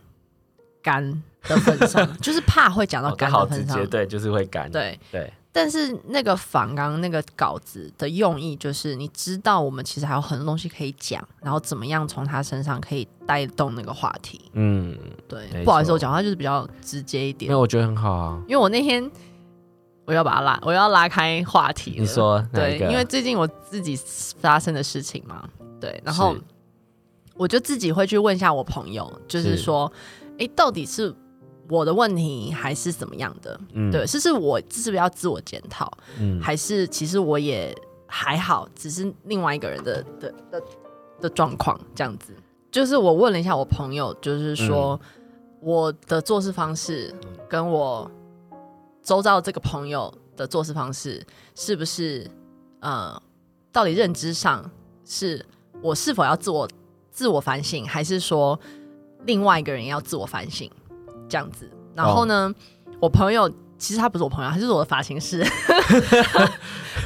Speaker 2: 干的份
Speaker 1: [LAUGHS]
Speaker 2: 上，就是怕会讲到
Speaker 1: 哦刚
Speaker 2: 干
Speaker 1: 好
Speaker 2: 的
Speaker 1: 直
Speaker 2: 份上
Speaker 1: 接，对，就是会干。
Speaker 2: 对。
Speaker 1: 对
Speaker 2: 但是那个反刚那个稿子的用意，就是你知道我们其实还有很多东西可以讲，然后怎么样从他身上可以带动那个话题。
Speaker 1: 嗯，没
Speaker 2: 对，不好意思，
Speaker 1: 错
Speaker 2: 我讲话就是比较直接一
Speaker 1: 因
Speaker 2: 点
Speaker 1: 为，我觉得很好啊。
Speaker 2: 因为我那天我要把它拉，我要拉开话题了。
Speaker 1: 你说哪
Speaker 2: 对
Speaker 1: 一，个？
Speaker 2: 因为最近我自己发生的事情嘛，对，然后
Speaker 1: 是
Speaker 2: 我就自己会去问一下我朋友，就是
Speaker 1: 是
Speaker 2: 说，诶，到底是我的问题还是怎么样的？
Speaker 1: 嗯
Speaker 2: 对，是是我是不是要自我检讨，
Speaker 1: 嗯
Speaker 2: 还是其实我也还好，只是另外一个人的的的的状况这样子？就是我问了一下我朋友，就是说、我的做事方式跟我周遭这个朋友的做事方式是不是呃，到底认知上是我是否要自我自我反省，还是说另外一个人要自我反省这样子？然后呢，我朋友其实他不是我朋友，他是我的发型师， [LAUGHS]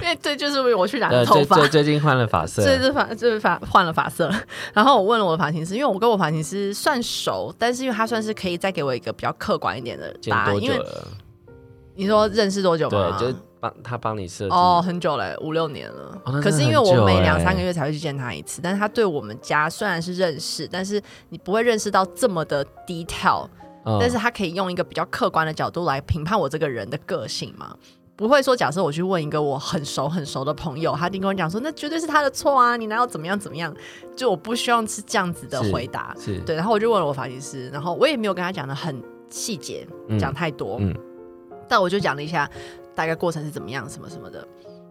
Speaker 2: 因为对，就是我去染
Speaker 1: 呃，
Speaker 2: 头
Speaker 1: 最
Speaker 2: 发，
Speaker 1: 最最近换了发色，
Speaker 2: 这是发这是发换了发色了，然后我问了我的发型师，因为我跟我发型师算熟，但是因为他算是可以再给我一个比较客观一点的
Speaker 1: 见
Speaker 2: 答案，
Speaker 1: 多
Speaker 2: 啊因
Speaker 1: 久
Speaker 2: 为
Speaker 1: 了？
Speaker 2: 你说认识多久吗？
Speaker 1: 对，就是帮他帮你设计。
Speaker 2: 哦，很久了，五六年了。
Speaker 1: 哦那真的
Speaker 2: 可是因为
Speaker 1: 很
Speaker 2: 我
Speaker 1: 久
Speaker 2: 每
Speaker 1: 欸
Speaker 2: 两三个月才会去见他一次，但是他对我们家虽然是认识，但是你不会认识到这么的 detail，、
Speaker 1: 嗯
Speaker 2: 但是他可以用一个比较客观的角度来评判我这个人的个性嘛。不会说，假设我去问一个我很熟很熟的朋友，他一定跟我讲说，那绝对是他的错啊，你哪有怎么样怎么样？就我不希望是这样子的
Speaker 1: 是
Speaker 2: 回答。
Speaker 1: 是
Speaker 2: 对，然后我就问了我发型师，然后我也没有跟他讲的很细节，
Speaker 1: 嗯
Speaker 2: 讲呃太多，
Speaker 1: 嗯
Speaker 2: 但我就讲了一下大概过程是怎么样，什么什么的。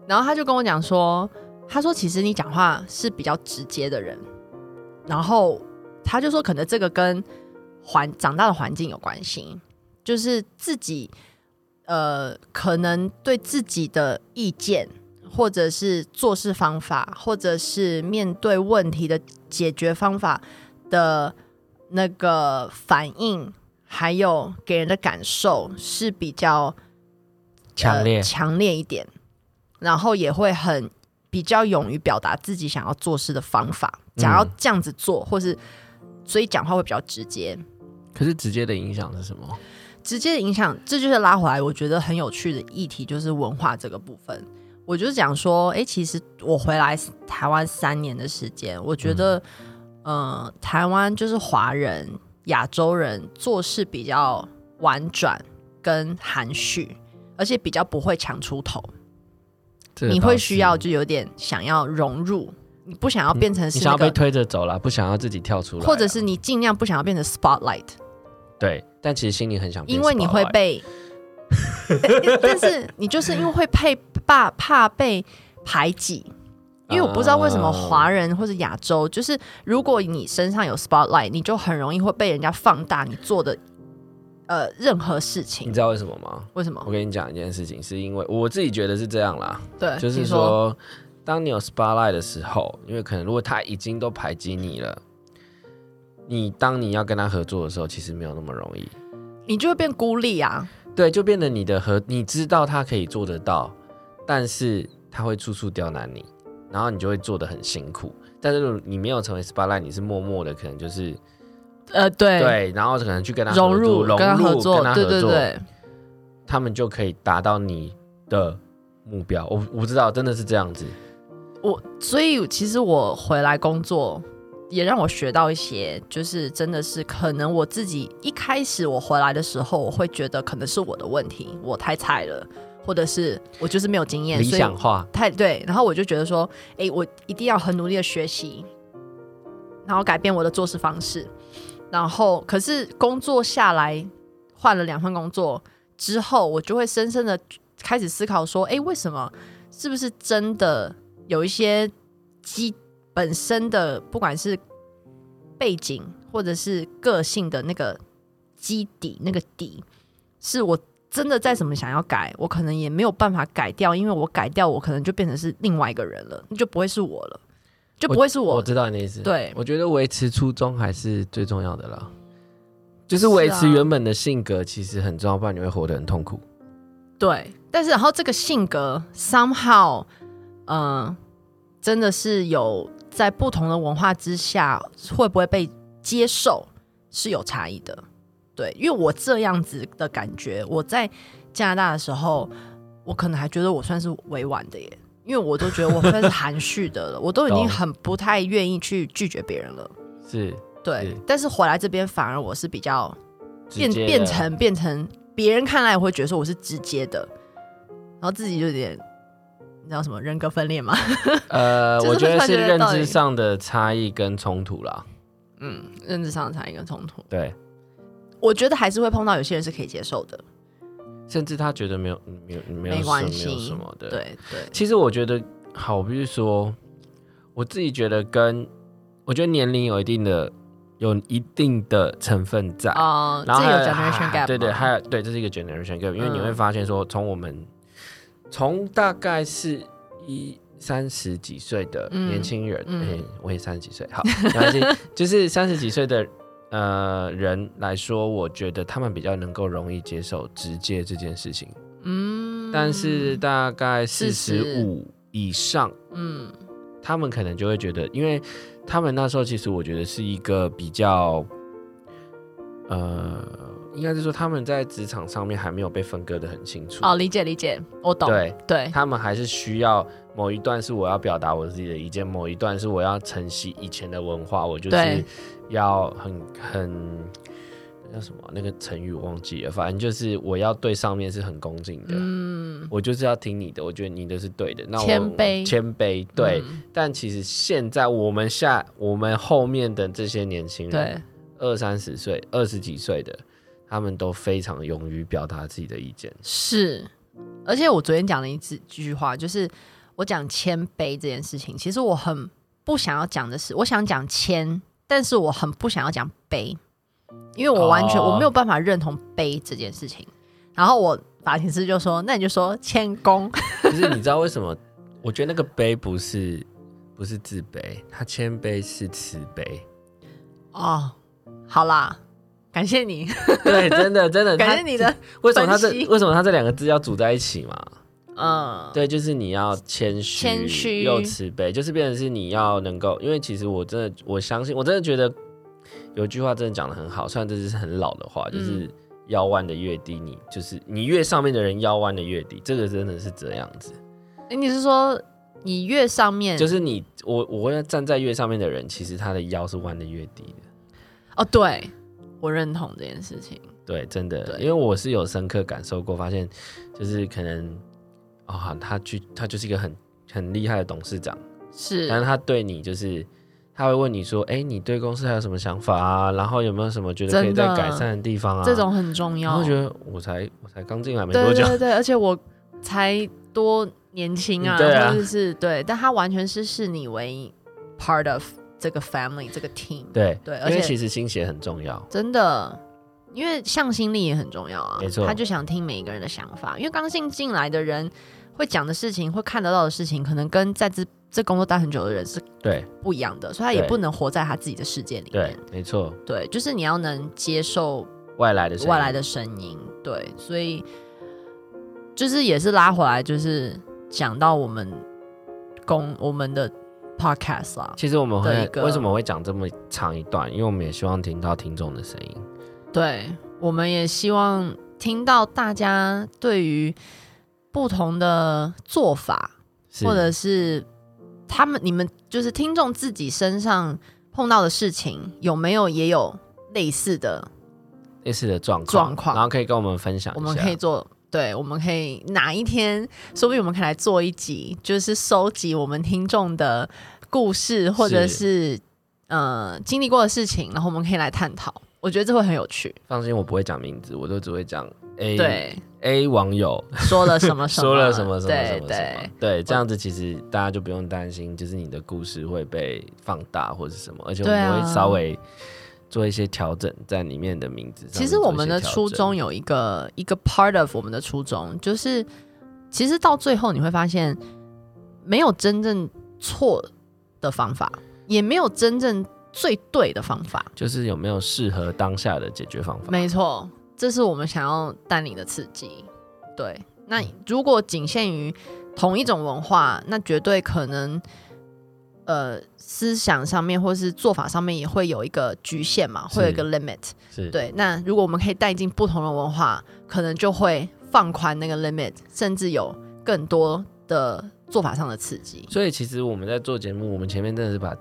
Speaker 2: 然后他就跟我讲说，他说其实你讲话是比较直接的人，然后他就说可能这个跟环长大的环境有关系，就是自己呃可能对自己的意见。或者是做事方法，或者是面对问题的解决方法的那个反应，还有给人的感受是比较
Speaker 1: 强烈
Speaker 2: 呃，强烈一点，然后也会很比较勇于表达自己想要
Speaker 1: 嗯
Speaker 2: 做事的方法，想要这样子做，或是所以讲话会比较直接。
Speaker 1: 可是直接的影响是什么？
Speaker 2: 直接的影响，这就是拉回来，我觉得很有趣的议题，就是文化这个部分。我就是讲说，诶，其实我回来台湾三年的时间，我觉
Speaker 1: 嗯
Speaker 2: 得，呃，台湾就是华人、亚洲人做事比较婉转跟含蓄，而且比较不会强出头。
Speaker 1: 这个
Speaker 2: 你
Speaker 1: 倒
Speaker 2: 会
Speaker 1: 是
Speaker 2: 需要就有点想要融入，你不想要变成
Speaker 1: 嗯你
Speaker 2: 是
Speaker 1: 想
Speaker 2: 那
Speaker 1: 要被
Speaker 2: 个，
Speaker 1: 推着走啦，不想要自己跳出来啦，啊
Speaker 2: 或者是你尽量不想要变成 spotlight。
Speaker 1: 对，但其实心里很想变 spotlight，
Speaker 2: 因为你会被， [LAUGHS] 但是你就是因为会被怕怕被排挤，
Speaker 1: 欸
Speaker 2: 因为我不知道为
Speaker 1: 哦
Speaker 2: 什么华人或者亚洲，就是如果你身上有 spotlight，你就很容易会被人家放大你做的呃任何事情
Speaker 1: 你。知道为什么吗？
Speaker 2: 为什么
Speaker 1: 我？跟你讲一件事情，是因为我自己觉得是这样啦，
Speaker 2: 对，
Speaker 1: 就
Speaker 2: 请
Speaker 1: 是
Speaker 2: 呃说，
Speaker 1: 说，当你有 spotlight 的时候，因为可能如果他已经都排挤你了，你当你要跟他合作的时候，其实没有那么容易。
Speaker 2: 你就会变孤立啊。
Speaker 1: 对，就变得你的合，你知道他可以做得到，但是他会处处刁难你，然后你就会做得很辛苦。但是如果你没有成为 spotlight，你是默默的，可能就是
Speaker 2: 呃，对
Speaker 1: 对，然后可能去跟他合作
Speaker 2: 融入
Speaker 1: 融入
Speaker 2: 跟他合作，
Speaker 1: 跟他
Speaker 2: 对对对，
Speaker 1: 他们就可以达到你的目标。我我不知道，真的是这样子。
Speaker 2: 我所以其实我回来工作，也让我学到一些，就是真的是可能我自己一开始我回来的时候，我会觉得可能是我的问题，我太菜了，或者是我就是没有经验，
Speaker 1: 理
Speaker 2: 所以
Speaker 1: 想化，
Speaker 2: 太对，然后我就觉得说，哎、我一定要很努力的学习，然后改变我的做事方式。然后，可是工作下来，换了两份工作之后，我就会深深的开始思考说，哎、为什么？是不是真的有一些基本身的，不管是背景或者是个性的那个基底，那个底，是我真的再怎么想要改，我可能也没有办法改掉，因为我改掉，我可能就变成是另外一个人了，那就不会是我了，就不会是
Speaker 1: 我
Speaker 2: 我。
Speaker 1: 知道你的意思。
Speaker 2: 对
Speaker 1: 我觉得维持初衷还是最重要的啦，就是
Speaker 2: 是啊
Speaker 1: 维持原本的性格其实很重要，不然你会活得很痛苦。
Speaker 2: 对，但是然后这个性格 somehow，嗯、真的是有在不同的文化之下，会不会被接受是有差异的。对，因为我这样子的感觉，我在加拿大的时候，我可能还觉得我算是委婉的耶，因为我都觉得我算是含蓄的了，我都已经
Speaker 1: 懂
Speaker 2: 很不太愿意去拒绝别人了。
Speaker 1: 是
Speaker 2: 对
Speaker 1: 是，
Speaker 2: 但是回来这边反而我是比较
Speaker 1: 直
Speaker 2: 变
Speaker 1: 接的
Speaker 2: 变成变成别人看来我会觉得说我是直接的，然后自己就有点你知道什么人格分裂吗？
Speaker 1: [LAUGHS]
Speaker 2: [LAUGHS]
Speaker 1: 呃，
Speaker 2: 就是
Speaker 1: 我觉
Speaker 2: 会
Speaker 1: 得
Speaker 2: 发
Speaker 1: 是
Speaker 2: 觉
Speaker 1: 认
Speaker 2: 到底
Speaker 1: 知上的差异跟冲突啦。
Speaker 2: 嗯，认知上的差异跟冲突，
Speaker 1: 对，
Speaker 2: 我觉得还是会碰到有些人是可以接受的，
Speaker 1: 甚至他觉得没有没有没有
Speaker 2: 没
Speaker 1: 什
Speaker 2: 关
Speaker 1: 没有
Speaker 2: 系
Speaker 1: 什么的。
Speaker 2: 对，对
Speaker 1: 其实我觉得，好，我必须说，我自己觉得跟我觉得年龄有一定的有一定的成分在，
Speaker 2: 啊、
Speaker 1: 然后
Speaker 2: 这
Speaker 1: 还
Speaker 2: 有
Speaker 1: 有
Speaker 2: generation
Speaker 1: 啊
Speaker 2: gap，
Speaker 1: 对对，
Speaker 2: 吗
Speaker 1: 还有对，这是一个 generation gap，因为
Speaker 2: 嗯
Speaker 1: 你会发现说，从我们从大概是一三十几岁的年轻人，
Speaker 2: 嗯
Speaker 1: 嗯
Speaker 2: 嗯
Speaker 1: 我也三十几岁，好， [LAUGHS] 没关系，就是三十几岁的呃人来说，我觉得他们比较能够容易接受直接这件事情，
Speaker 2: 嗯，
Speaker 1: 但是大概四十
Speaker 2: 40
Speaker 1: 五以上，
Speaker 2: 嗯
Speaker 1: 他们可能就会觉得，因为他们那时候其实我觉得是一个比较，呃，应该是说他们在职场上面还没有被分割的很清楚，
Speaker 2: 哦，理解理解，我懂，
Speaker 1: 对
Speaker 2: 对
Speaker 1: 他们还是需要某一段是我要表达我自己的意见，某一段是我要承袭以前的文化，我就是
Speaker 2: 对
Speaker 1: 要很很。那叫什么？那个成语我忘记了，反正就是我要对上面是很恭敬的，
Speaker 2: 嗯，
Speaker 1: 我就是要听你的，我觉得你的是对的。那我
Speaker 2: 谦卑
Speaker 1: 谦卑，对。
Speaker 2: 嗯
Speaker 1: 但其实现在我们下我们后面的这些年轻人
Speaker 2: 对，，
Speaker 1: 二三十岁、二十几岁的，他们都非常勇于表达自己的意见。
Speaker 2: 是，而且我昨天讲了一句句话，就是我讲谦卑这件事情，其实我很不想要讲的是，我想讲谦，但是我很不想要讲卑，因为我完全、
Speaker 1: 哦
Speaker 2: 我没有办法认同卑这件事情。然后我发型师就说：“那你就说谦恭。
Speaker 1: 可是你知道为什么？ [LAUGHS] 我觉得那个卑不是不是自卑，他谦卑是慈悲。”
Speaker 2: 哦，好啦，感谢你，
Speaker 1: 对，真的真的，
Speaker 2: [LAUGHS] 感
Speaker 1: 他
Speaker 2: 谢
Speaker 1: [LAUGHS]
Speaker 2: 你的，
Speaker 1: 为什么他这
Speaker 2: 分析
Speaker 1: 为什么他这两个字要组在一起嘛？
Speaker 2: 嗯，
Speaker 1: 对，就是你要谦虚，
Speaker 2: 谦虚
Speaker 1: 又慈悲，就是变成是你要能够，因为其实我真的我相信，我真的觉得有一句话真的讲的很好，虽然这是很老的话，就
Speaker 2: 嗯
Speaker 1: 是腰弯的越低，你就是你越上面的人腰弯的越低，这个真的是这样子。
Speaker 2: 诶你是说你越上面
Speaker 1: 就是你我我要站在越上面的人，其实他的腰是弯的越低的。
Speaker 2: 哦？对，我认同这件事情。
Speaker 1: 对，真的，
Speaker 2: 对
Speaker 1: 因为我是有深刻感受过，发现就是可能啊、他去他就是一个很很厉害的董事长，
Speaker 2: 是
Speaker 1: 但是他对你就是他会问你说，哎、你对公司还有什么想法啊？然后有没有什么觉得可以
Speaker 2: 真
Speaker 1: 再
Speaker 2: 的
Speaker 1: 改善的地方啊？
Speaker 2: 这种很重
Speaker 1: 然后
Speaker 2: 要
Speaker 1: 我。觉得我才我才刚进来没
Speaker 2: 对
Speaker 1: 多
Speaker 2: 对 [LAUGHS]
Speaker 1: 久，
Speaker 2: 对对，而且我才多年轻啊，
Speaker 1: 对啊
Speaker 2: 或者是对，但他完全是视你为 part of 这个 family 这个 team，
Speaker 1: 对
Speaker 2: 对而
Speaker 1: 因为
Speaker 2: 且
Speaker 1: 其实心血很重要，
Speaker 2: 真的。因为向心力也很重要啊，
Speaker 1: 没错
Speaker 2: 他就想听每一个人的想法。因为刚进进来的人会讲的事情，会看得到的事情，可能跟在这这工作待很久的人是
Speaker 1: 对
Speaker 2: 不一样的，所以他也
Speaker 1: 对
Speaker 2: 不能活在他自己的世界里
Speaker 1: 对
Speaker 2: 面。，
Speaker 1: 没错，
Speaker 2: 对，就是你要能接受
Speaker 1: 外来的声音
Speaker 2: 外来的声音，对，所以就是也是拉回来，就是讲到我们公我们的 podcast 啦，
Speaker 1: 其实我们
Speaker 2: 的一
Speaker 1: 会
Speaker 2: 个
Speaker 1: 为什么会讲这么长一段？因为我们也希望听到听众的声音。
Speaker 2: 对，我们也希望听到大家对于不同的做法，
Speaker 1: 是
Speaker 2: 或者是他们你们就是听众自己身上碰到的事情，有没有也有类似的
Speaker 1: 类似的状况，
Speaker 2: 状况
Speaker 1: 然后可以跟我们分享一下。
Speaker 2: 我们可以做，对，我们可以哪一天，说不定我们可以来做一集，就是收集我们听众的故事，或者是呃经历过的事情，然后我们可以来探讨。我觉得这会很有趣。
Speaker 1: 放心，我不会讲名字，我都只会讲 A [LAUGHS]
Speaker 2: 对，
Speaker 1: A 网友
Speaker 2: 说了什么什
Speaker 1: 嗯 [LAUGHS]
Speaker 2: 么，
Speaker 1: 说了什么什么什
Speaker 2: 对
Speaker 1: 么什
Speaker 2: 对
Speaker 1: 么，对，这样子其实大家就不用担心，就是你的故事会被放大或是什么，而且我
Speaker 2: 对啊
Speaker 1: 们会稍微做一些调整在里面的名字上面做一
Speaker 2: 其
Speaker 1: 些调整。
Speaker 2: 实我们的初衷有一个一个 part of 我们的初衷，就是其实到最后你会发现，没有真正错的方法，也没有真正最对的方法。
Speaker 1: 就是有没有适合当下的解决方法？
Speaker 2: 没错，这是我们想要带领的刺激。对，
Speaker 1: 嗯
Speaker 2: 那如果仅限于同一种文化，那绝对可能呃思想上面或是做法上面也会有一个局限嘛，
Speaker 1: 是
Speaker 2: 会有一个 limit。
Speaker 1: 是，
Speaker 2: 对，那如果我们可以带进不同的文化，可能就会放宽那个 limit，甚至有更多的做法上的刺激。
Speaker 1: 所以其实我们在做节目，我们前面真的是把，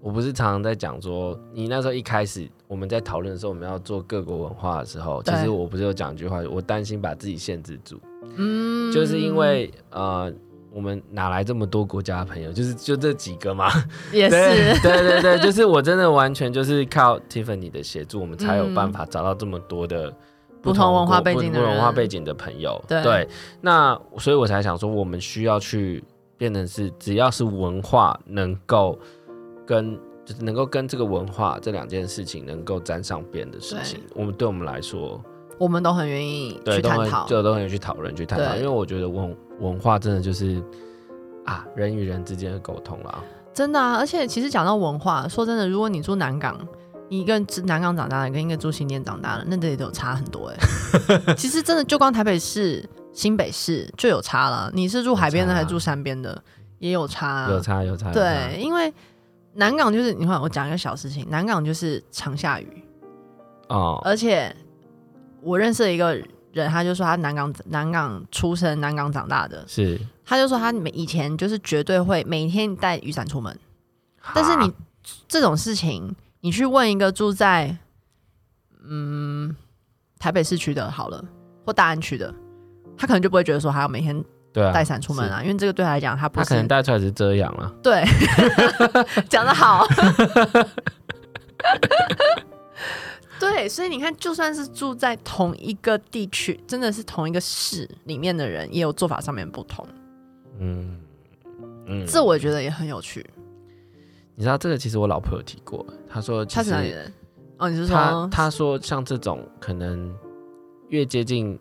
Speaker 1: 我不是常常在讲说，你那时候一开始我们在讨论的时候，我们要做各国文化的时候，其
Speaker 2: 对
Speaker 1: 实我不是有讲一句话，我担心把自己限制住，
Speaker 2: 嗯，
Speaker 1: 就是因为呃，我们哪来这么多国家的朋友？就是就这几个嘛，
Speaker 2: 嗯也
Speaker 1: 对
Speaker 2: 是
Speaker 1: 对对对，就是我真的完全就是靠 Tiffany 的协助，我们才有
Speaker 2: 嗯
Speaker 1: 办法找到这么多的
Speaker 2: 不同文化
Speaker 1: 国
Speaker 2: 背
Speaker 1: 不
Speaker 2: 景
Speaker 1: 不
Speaker 2: 的
Speaker 1: 同文化
Speaker 2: 人
Speaker 1: 背景的朋友。
Speaker 2: 对
Speaker 1: 那所以我才想说，我们需要去变成是，只要是文化能够跟。就是能够跟这个文化这两件事情能够沾上边的事情，我们对我们来说，
Speaker 2: [LAUGHS] 我们都很愿意
Speaker 1: 对
Speaker 2: 去
Speaker 1: 都
Speaker 2: 探
Speaker 1: 会
Speaker 2: 讨。
Speaker 1: 就都会去讨论去探讨，
Speaker 2: 对
Speaker 1: 因为我觉得文文化真的就是啊，人与人之间的沟通啦。
Speaker 2: 真的啊，而且其实讲到文化，说真的，如果你住南港，你一个人住南港长大的，跟一个住新店长大的，那这里都有差很多哎、
Speaker 1: [LAUGHS]
Speaker 2: 其实真的，就光台北市、新北市就有差了。你是住海边的
Speaker 1: 有差
Speaker 2: 还
Speaker 1: 啊
Speaker 2: 是住山边的，也有差、啊。
Speaker 1: 有差有差，有差
Speaker 2: 对，因为南港就是你看，我讲一个小事情，南港就是常下雨，
Speaker 1: 哦，
Speaker 2: 而且我认识了一个人，他就说他南港南港出生、南港长大的，
Speaker 1: 是，
Speaker 2: 他就说他每以前就是绝对会每天带雨伞出门。但是你
Speaker 1: 哈
Speaker 2: 这种事情，你去问一个住在嗯台北市区的好了，或大安区的，他可能就不会觉得说还要每天
Speaker 1: 对啊
Speaker 2: 带伞出门，啊，因为这个对他来讲，他
Speaker 1: 是他
Speaker 2: 不
Speaker 1: 可能
Speaker 2: 是
Speaker 1: 带出来只是遮阳了，
Speaker 2: 对 [LAUGHS] 讲
Speaker 1: [LAUGHS]
Speaker 2: 的好。对，所以你看，就算是住在同一个地区，真的是同一个市里面的人，也有做法上面不同，
Speaker 1: 嗯嗯，
Speaker 2: 这我觉得也很有趣。
Speaker 1: 你知道这个其实我老婆有提过，她说其
Speaker 2: 他是哪里
Speaker 1: 实
Speaker 2: 人？哦，你是
Speaker 1: 她
Speaker 2: 说
Speaker 1: 她说像这种可能越接近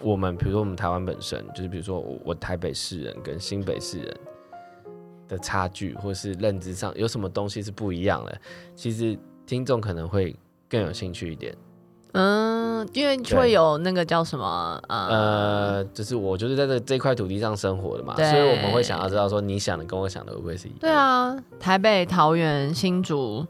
Speaker 1: 我们，比如说我们台湾本身，就是比如说我我台北市人跟新北市人的差距，或是认知上有什么东西是不一样的，其实听众可能会更有兴趣一点。
Speaker 2: 嗯，因为就
Speaker 1: 对
Speaker 2: 会有那个叫什么呃，
Speaker 1: 呃，就是我就是在这这块土地上生活的嘛，所
Speaker 2: 对啊
Speaker 1: 以我们会想呃要知道说你想的跟我想的会不会是一样的？
Speaker 2: 对，啊，台北、桃园、新竹，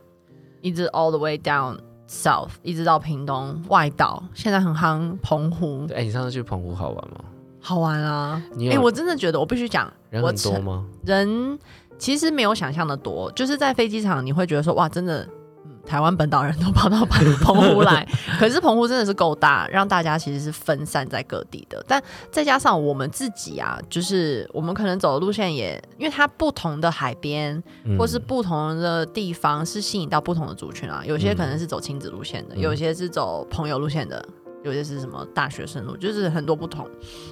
Speaker 2: 一直 all the way down south，一直到屏东外岛，现在很夯澎湖，
Speaker 1: 对哎、你上次去澎湖好玩吗？
Speaker 2: 好玩啊！
Speaker 1: 你
Speaker 2: 哎、
Speaker 1: 有
Speaker 2: 我真的觉得，我必须讲，
Speaker 1: 人
Speaker 2: 我
Speaker 1: 很多吗？
Speaker 2: 人其实没有想象的多，就是在飞机场你会觉得说，哇，真的，嗯、台湾本岛人都跑到澎澎湖来， [LAUGHS] 可是澎湖真的是够大，让大家其实是分散在各地的。但再加上我们自己啊，就是我们可能走的路线也，因为它不同的海边
Speaker 1: 嗯
Speaker 2: 或是不同的地方是吸引到不同的族群啊，有些可能是走亲子路线的，
Speaker 1: 嗯
Speaker 2: 有些是走朋友路线的。有些是什么大学生路，就是很多不同。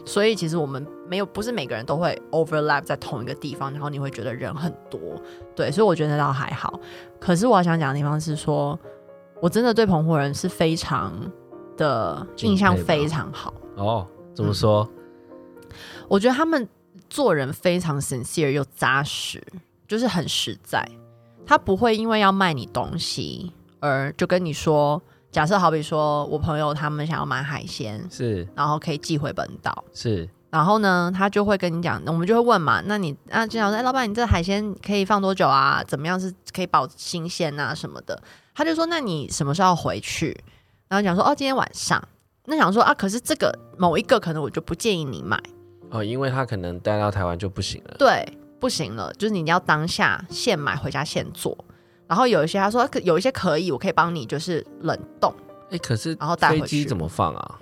Speaker 2: 所以其实我们没有，不是每个人都会 overlap 在同一个地方，然后你会觉得人很多，对，所以我觉得倒还好。可是我想讲的地方是说，我真的对澎湖人是非常的印象
Speaker 1: 敬佩吧
Speaker 2: 非常好，
Speaker 1: 哦，怎么说？
Speaker 2: 嗯我觉得他们做人非常 sincere 又扎实，就是很实在。他不会因为要卖你东西而就跟你说，假设好比说我朋友他们想要买海鲜，
Speaker 1: 是
Speaker 2: 然后可以寄回本岛，
Speaker 1: 是，
Speaker 2: 然后呢，他就会跟你讲，我们就会问嘛，那你啊，经常说，哎，老板，你这海鲜可以放多久啊？怎么样是可以保新鲜啊什么的？他就说，那你什么时候回去？然后讲说，哦，今天晚上。那想说啊，可是这个某一个可能我就不建议你买，
Speaker 1: 哦，因为他可能带到台湾就不行了。
Speaker 2: 对，不行了，就是你要当下现买回家现做。然后有一些他说啊可有一些可以，我可以帮你就是冷冻，
Speaker 1: 哎、可是
Speaker 2: 然后带
Speaker 1: 飞
Speaker 2: 回
Speaker 1: 机
Speaker 2: 去
Speaker 1: 怎么放啊？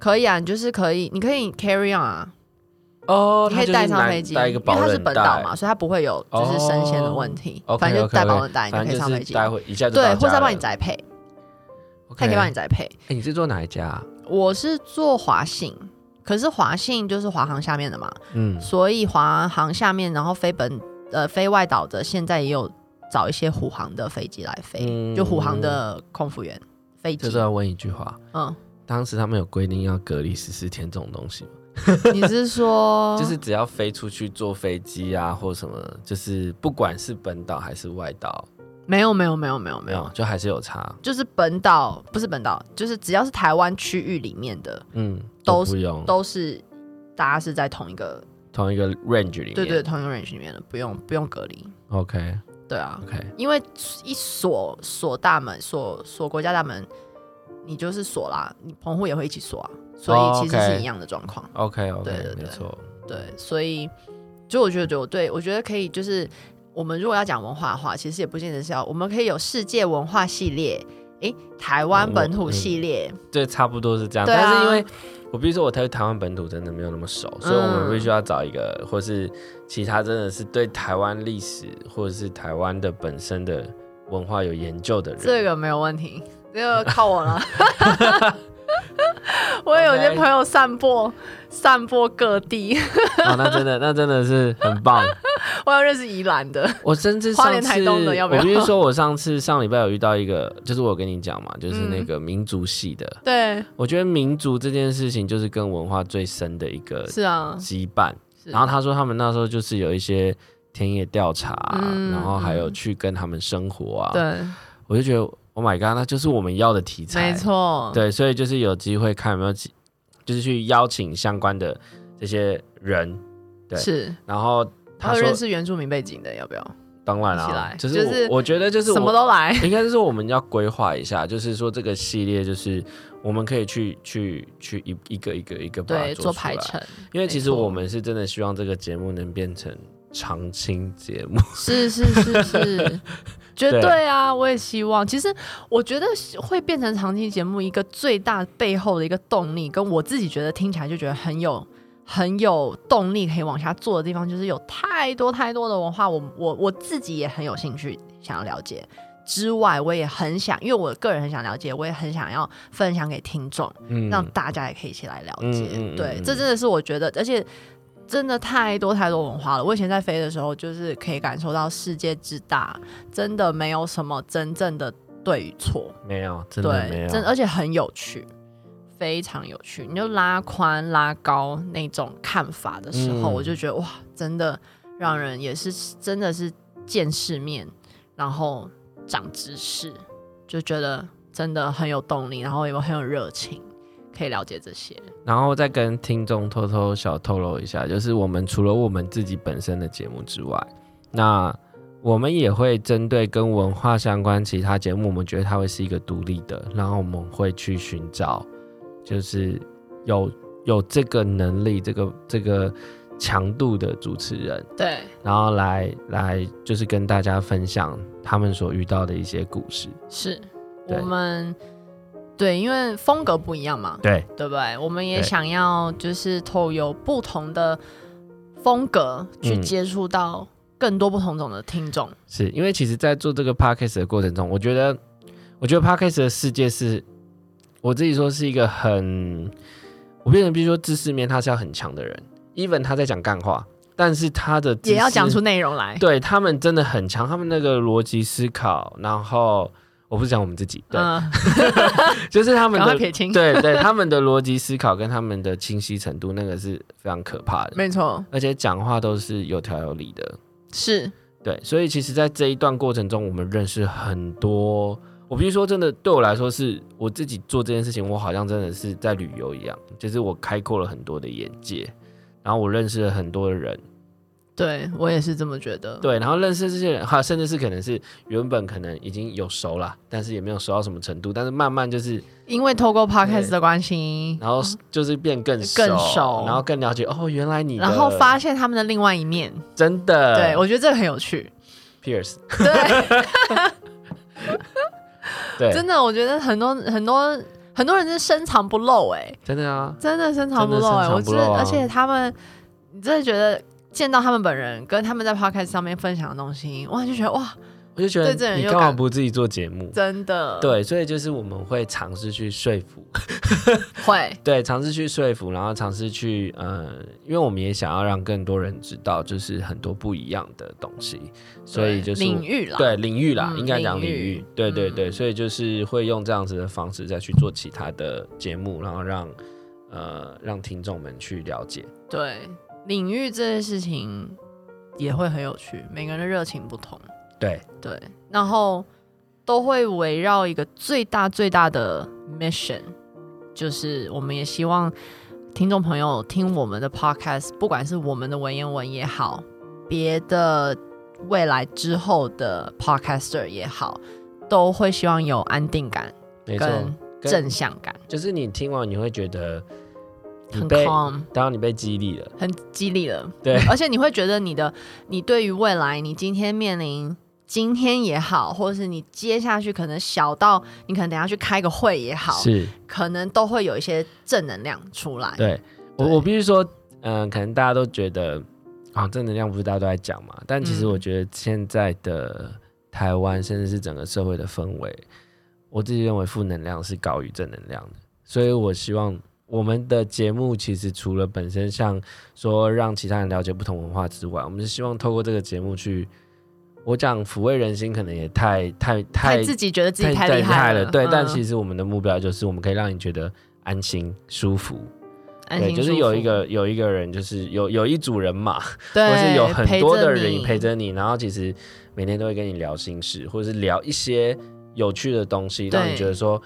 Speaker 2: 可以啊，你就是可以，你可以 carry on 啊，
Speaker 1: 哦，
Speaker 2: 你可以带上飞机，因
Speaker 1: 带一
Speaker 2: 为
Speaker 1: 个保
Speaker 2: 它是
Speaker 1: 冷
Speaker 2: 本岛嘛，所以它不会有就是生鲜的问题。
Speaker 1: 哦，OK，OK，OK，
Speaker 2: 反正就带保温袋，你就
Speaker 1: 反
Speaker 2: 可以
Speaker 1: 正
Speaker 2: 上
Speaker 1: 就
Speaker 2: 飞
Speaker 1: 是
Speaker 2: 机。啊
Speaker 1: 待会一下就
Speaker 2: 对，
Speaker 1: 到
Speaker 2: 或者
Speaker 1: 家
Speaker 2: 他帮你
Speaker 1: 了
Speaker 2: 宅配，
Speaker 1: OK
Speaker 2: 他可以帮你
Speaker 1: 哎、
Speaker 2: 宅配。
Speaker 1: 你是做哪一家、啊？
Speaker 2: 我是做华信，可是华信就是华航下面的嘛，
Speaker 1: 嗯，
Speaker 2: 所以华航下面，然后飞本呃飞外岛的，现在也有找一些虎航的飞机来飞，
Speaker 1: 嗯
Speaker 2: 就虎航的空服员飞
Speaker 1: 这啊
Speaker 2: 机
Speaker 1: 时。候要问一句话：
Speaker 2: 嗯，
Speaker 1: 当时他们有规定要隔离十四天这种东西吗？
Speaker 2: 你是
Speaker 1: [LAUGHS]
Speaker 2: 说
Speaker 1: 就是只要飞出去坐飞机啊，或什么，就是不管是本岛还是外岛，
Speaker 2: 没有没有没有没有
Speaker 1: 没
Speaker 2: 没有
Speaker 1: 有，就还是有差。
Speaker 2: 就是本岛不是本岛，就是只要是台湾区域里面的，
Speaker 1: 嗯，
Speaker 2: 都
Speaker 1: 不用
Speaker 2: 都是大家是在同一个
Speaker 1: 同一个 range 里面。
Speaker 2: 对对同一个 range 里面的，不用不用隔离。
Speaker 1: ，OK
Speaker 2: 对啊，
Speaker 1: OK，
Speaker 2: 因为一锁锁大门，锁锁国家大门，你就是锁啦，你澎湖也会一起锁啊，所以其实
Speaker 1: 哦
Speaker 2: 是
Speaker 1: ，OK
Speaker 2: 一样的状况。
Speaker 1: OK OK，
Speaker 2: 对对对
Speaker 1: 没错。
Speaker 2: 对，所以就我觉得我对我觉得可以，就是我们如果要讲文化的话，其实也不见得是要，我们可以有世界文化系列。诶，台湾本土系列，
Speaker 1: 对，差不多是这样。
Speaker 2: 对啊
Speaker 1: 但是因为我必须说，我对台湾本土真的没有那么熟，所以我们必须要找一个，或是其他真的是对台湾历史或者是台湾的本身的文化有研究的人。
Speaker 2: 这个没有问题，这个靠
Speaker 1: [LAUGHS]
Speaker 2: 我了。我有些
Speaker 1: OK
Speaker 2: 朋友散播散播各地，
Speaker 1: 哦，那真的，那真的是很棒。
Speaker 2: 我有认识宜
Speaker 1: [LAUGHS]
Speaker 2: 兰的，
Speaker 1: 我甚至上
Speaker 2: 花莲
Speaker 1: 次，
Speaker 2: 台东的要不要
Speaker 1: 我必须说，我上次上礼拜有遇到一个，就是我有跟你讲嘛，就是那个民族系
Speaker 2: 嗯
Speaker 1: 的。
Speaker 2: 对，
Speaker 1: 我觉得民族这件事情就是跟文化最深的一个
Speaker 2: 是啊，
Speaker 1: 羁绊。
Speaker 2: 是
Speaker 1: 然后他说他们那时候就是有一些田野调查、
Speaker 2: 嗯
Speaker 1: 然后还有去跟他们生活啊。，
Speaker 2: 对，
Speaker 1: 我就觉得 Oh my God，那就是我们要的题材。
Speaker 2: 没。错，
Speaker 1: 对，所以就是有机会看有没有机，就是去邀请相关的这些人。对
Speaker 2: 是。
Speaker 1: 然后
Speaker 2: 还
Speaker 1: 他
Speaker 2: 有
Speaker 1: 说
Speaker 2: 哦认，识原住民背景的，要不要？
Speaker 1: 当然啦、
Speaker 2: 一起来
Speaker 1: 就是
Speaker 2: 就
Speaker 1: 我、
Speaker 2: 是
Speaker 1: 我觉得就是我
Speaker 2: 什么都来，
Speaker 1: [LAUGHS] 应该是说我们要规划一下，就是说这个系列就是我们可以去去去一一个一个一个把它
Speaker 2: 对，
Speaker 1: 啊做
Speaker 2: 做
Speaker 1: 出来
Speaker 2: 排，程，
Speaker 1: 因为其实
Speaker 2: 没错
Speaker 1: 我们是真的希望这个节目能变成常青节目，
Speaker 2: 是是是是，绝
Speaker 1: 对
Speaker 2: 对啊！我也希望。其实我觉得会变成长期节目，一个最大背后的一个动力，跟我自己觉得听起来就觉得很有。很有动力可以往下做的地方，就是有太多太多的文化，我我我自己也很有兴趣想要了解。之外，我也很想，因为我个人很想了解，我也很想要分享给听众。
Speaker 1: 嗯
Speaker 2: 让大家也可以一起来了解。
Speaker 1: 嗯嗯嗯
Speaker 2: 对，
Speaker 1: 嗯
Speaker 2: 这真的是我觉得，而且真的太多太多文化了。我以前在飞的时候，就是可以感受到世界之大，真的没有什么真正的对与错。
Speaker 1: 没有真的没
Speaker 2: 对，
Speaker 1: 有，
Speaker 2: 真的而且很有趣，非常有趣。你就拉宽、拉高那种看法的时候，
Speaker 1: 嗯
Speaker 2: 我就觉得哇，真的让人也是真的是见世面，然后长知识，就觉得真的很有动力，然后也很有热情，可以了解这些。
Speaker 1: 然后再跟听众偷偷小透露一下，就是我们除了我们自己本身的节目之外，那我们也会针对跟文化相关其他节目，我们觉得它会是一个独立的，然后我们会去寻找，就是有有这个能力、这个这个强度的主持人，
Speaker 2: 对，
Speaker 1: 然后来来就是跟大家分享他们所遇到的一些故事。
Speaker 2: 是
Speaker 1: 对
Speaker 2: 我们对，因为风格不一样嘛，
Speaker 1: 对，
Speaker 2: 对不对？我们也
Speaker 1: 对
Speaker 2: 想要就是透有不同的风格去
Speaker 1: 嗯
Speaker 2: 接触到更多不同种的听众，
Speaker 1: 是因为其实，在做这个 podcast 的过程中，我觉得，我觉得 podcast 的世界是，我自己说是一个很，我变成必须说知识面他是要很强的人，even 他在讲干话，但是他的知识
Speaker 2: 也要讲出内容来。
Speaker 1: 对他们真的很强，他们那个逻辑思考，然后我不是讲我们自己，对，
Speaker 2: 嗯，
Speaker 1: 就是他们
Speaker 2: 赶快
Speaker 1: 的。
Speaker 2: 撇清。
Speaker 1: 对对，他们的逻辑思考跟他们的清晰程度，那个是非常可怕的，
Speaker 2: 没错，
Speaker 1: 而且讲话都是有条有理的。
Speaker 2: 是
Speaker 1: 对，所以其实，在这一段过程中，我们认识很多。我必须说，真的对我来说是，我自己做这件事情，我好像真的是在旅游一样，就是我开阔了很多的眼界，然后我认识了很多的人，
Speaker 2: 对我也是这么觉得。
Speaker 1: 对，然后认识这些人，哈，甚至是可能是原本可能已经有熟了，但是也没有熟到什么程度，但是慢慢就是，
Speaker 2: 因为透过 podcast
Speaker 1: 对
Speaker 2: 的关系，
Speaker 1: 然后就是变更熟，
Speaker 2: 嗯更熟
Speaker 1: 然后更了解哦，原来你的，
Speaker 2: 然后发现他们的另外一面。
Speaker 1: 真的，
Speaker 2: 对我觉得这个很有趣。
Speaker 1: ，Pierce， [LAUGHS]
Speaker 2: 对，
Speaker 1: 对，
Speaker 2: 真的，我觉得很多很多很多人是深藏不露哎、
Speaker 1: 真的啊，
Speaker 2: 真的深藏不露
Speaker 1: 真的
Speaker 2: 哎、
Speaker 1: 深藏
Speaker 2: 我
Speaker 1: 不
Speaker 2: 真的，
Speaker 1: 露啊
Speaker 2: 而且他们，你真的觉得见到他们本人，跟他们在 podcast 上面分享的东西，哇，就觉得哇，
Speaker 1: 我就觉
Speaker 2: 对这
Speaker 1: 得
Speaker 2: 人
Speaker 1: 你
Speaker 2: 有
Speaker 1: 干嘛
Speaker 2: 感
Speaker 1: 不自己做节目？
Speaker 2: 真的，，
Speaker 1: 对，所以就是我们会尝试去说服， [LAUGHS]
Speaker 2: 会，
Speaker 1: 对，尝试去说服，然后尝试去呃，因为我们也想要让更多人知道，就是很多不一样的东西，所以
Speaker 2: 对
Speaker 1: 就是
Speaker 2: 领域啦，
Speaker 1: 对领域啦，
Speaker 2: 嗯
Speaker 1: 应该讲
Speaker 2: 领
Speaker 1: 领
Speaker 2: 域
Speaker 1: 域，对对
Speaker 2: 嗯
Speaker 1: 对，所以就是会用这样子的方式再去做其他的节目，然后让呃让听众们去了解，
Speaker 2: 对，领域这件事情也会很有趣，每个人的热情不同，
Speaker 1: 对
Speaker 2: 对，然后都会围绕一个最大最大的 mission，就是我们也希望听众朋友听我们的 podcast，不管是我们的文言文也好，别的未来之后的 podcaster 也好，都会希望有安定感
Speaker 1: 没错，
Speaker 2: 跟
Speaker 1: 跟
Speaker 2: 正向感，
Speaker 1: 就是你听完你会觉得你
Speaker 2: 很
Speaker 1: 被，
Speaker 2: calm，
Speaker 1: 当然你被激励了，
Speaker 2: 很激励了。
Speaker 1: 对，
Speaker 2: 而且你会觉得你的你对于未来，你今天面临今天也好，或者是你接下去可能小到你可能等一下去开个会也好，
Speaker 1: 是。
Speaker 2: 可能都会有一些正能量出来。
Speaker 1: 对我，
Speaker 2: 对
Speaker 1: 我必须说，嗯、可能大家都觉得啊，正能量不是大家都在讲嘛，但其实
Speaker 2: 嗯
Speaker 1: 我觉得现在的台湾，甚至是整个社会的氛围，我自己认为负能量是高于正能量的，所以我希望。我们的节目其实除了本身像说让其他人了解不同文化之外，我们是希望透过这个节目去，我讲抚慰人心，可能也太太
Speaker 2: 太
Speaker 1: 太
Speaker 2: 自己觉得自己
Speaker 1: 太
Speaker 2: 厉
Speaker 1: 害
Speaker 2: 了，
Speaker 1: 对。但
Speaker 2: 嗯
Speaker 1: 其实我们的目标就是，我们可以让你觉得安心、舒服，
Speaker 2: 安
Speaker 1: 对，
Speaker 2: 心
Speaker 1: 就是
Speaker 2: 舒
Speaker 1: 有
Speaker 2: 服
Speaker 1: 一个有一个人，就是有有一组人马，
Speaker 2: 对，
Speaker 1: 或是有很多的
Speaker 2: 陪着
Speaker 1: 人
Speaker 2: 你
Speaker 1: 陪着你，然后其实每天都会跟你聊心事，或者是聊一些有趣的东西，
Speaker 2: 对
Speaker 1: 让你觉得说，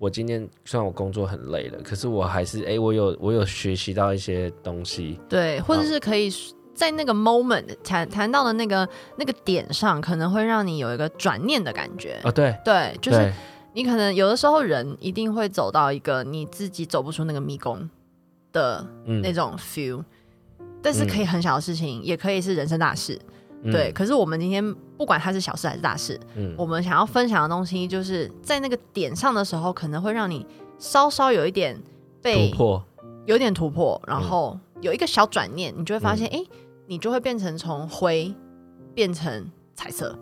Speaker 1: 我今天虽然我工作很累了，可是我还是哎、我有我有学习到一些东西，
Speaker 2: 对，或者
Speaker 1: 嗯
Speaker 2: 是可以在那个 moment 谈谈到的那个那个点上，可能会让你有一个转念的感觉。
Speaker 1: 哦，对，
Speaker 2: 对，就是
Speaker 1: 对
Speaker 2: 你可能有的时候人一定会走到一个你自己走不出那个迷宫的
Speaker 1: 嗯
Speaker 2: 那种 feel，、但是可以很小的事情，也可以是人生大事。
Speaker 1: 嗯
Speaker 2: 对，可是我们今天不管它是小事还是大事，
Speaker 1: 嗯
Speaker 2: 我们想要分享的东西，就是在那个点上的时候，可能会让你稍稍有一点被
Speaker 1: 突破，嗯
Speaker 2: 有点突破，然后有一个小转念，你就会发现，哎、你就会变成从灰变成彩色。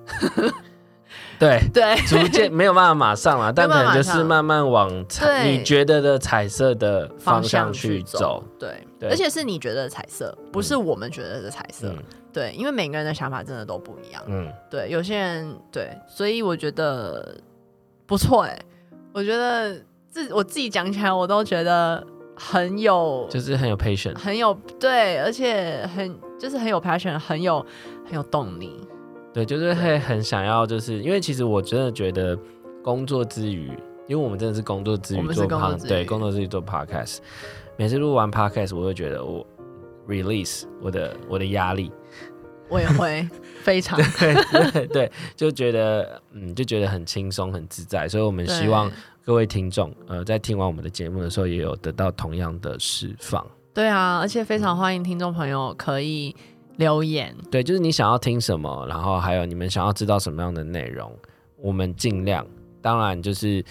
Speaker 1: 对，
Speaker 2: 对，
Speaker 1: 逐渐没有办法马上啦，但
Speaker 2: [LAUGHS] 没
Speaker 1: 可
Speaker 2: 有办法
Speaker 1: 能就
Speaker 2: 马
Speaker 1: 是
Speaker 2: 上
Speaker 1: 慢慢往彩
Speaker 2: 对
Speaker 1: 你觉得的彩色的
Speaker 2: 方
Speaker 1: 方
Speaker 2: 向
Speaker 1: 向
Speaker 2: 去
Speaker 1: 去
Speaker 2: 走
Speaker 1: 走，。
Speaker 2: 对，
Speaker 1: 对
Speaker 2: 而且是你觉得的彩色，不是我们觉得的彩色。
Speaker 1: 嗯
Speaker 2: 对，因为每个人的想法真的都不一样。
Speaker 1: 嗯，
Speaker 2: 对，有些人对，所以我觉得不错哎、我觉得自我自己讲起来，我都觉得很有，
Speaker 1: 就是很有 patience。
Speaker 2: 很有对，而且很就是很有 passion，很有很有动力。
Speaker 1: 对，就是会很想要，就是因为其实我真的觉得工作之余，因为我们真的是工作之
Speaker 2: 我
Speaker 1: 余
Speaker 2: 们是
Speaker 1: 做
Speaker 2: 工作
Speaker 1: pod，
Speaker 2: 之余
Speaker 1: 对，工作之余做 podcast，每次录完
Speaker 2: [LAUGHS]
Speaker 1: podcast，我会觉得我 release 我的我的压力，
Speaker 2: 我也
Speaker 1: [LAUGHS]
Speaker 2: 会非常
Speaker 1: 对对对，就觉得嗯，就觉得很轻松、很自在，所以我们希望
Speaker 2: 对
Speaker 1: 各位听众，呃，在听完我们的节目的时候，也有得到同样的释放。
Speaker 2: 对啊，而且非常欢迎听众朋友可以留言，
Speaker 1: 对，就是你想要听什么，然后还有你们想要知道什么样的内容，我们尽量，当然就是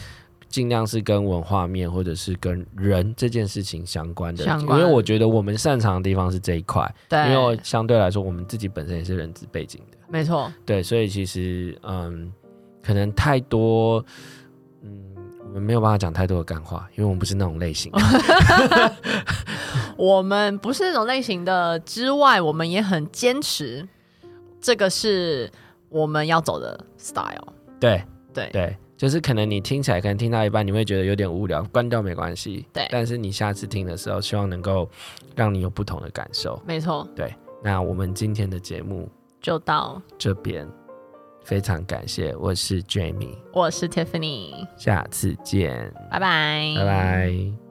Speaker 1: 尽量是跟文化面或者是跟人这件事情相关的，
Speaker 2: 相关
Speaker 1: 因为我觉得我们擅长的地方是这一块，因为
Speaker 2: 对，
Speaker 1: 相对来说我们自己本身也是人资背景的，
Speaker 2: 没错，
Speaker 1: 对，所以其实嗯，可能太多，嗯，我们没有办法讲太多的干话，因为我们不是那种类型。
Speaker 2: [LAUGHS] 我们不是那种类型的之外，我们也很坚持，这个是我们要走的 style。
Speaker 1: 对
Speaker 2: 对
Speaker 1: 对，就是可能你听起来可能听到一半，你会觉得有点无聊，关掉没关系。
Speaker 2: 对
Speaker 1: 但是你下次听的时候，希望能够让你有不同的感受。
Speaker 2: 没错，
Speaker 1: 那我们今天的节目
Speaker 2: 就到
Speaker 1: 这边，非常感谢，我是 Jamie，
Speaker 2: 我是 Tiffany，
Speaker 1: 下次见，
Speaker 2: 拜拜，
Speaker 1: 拜拜。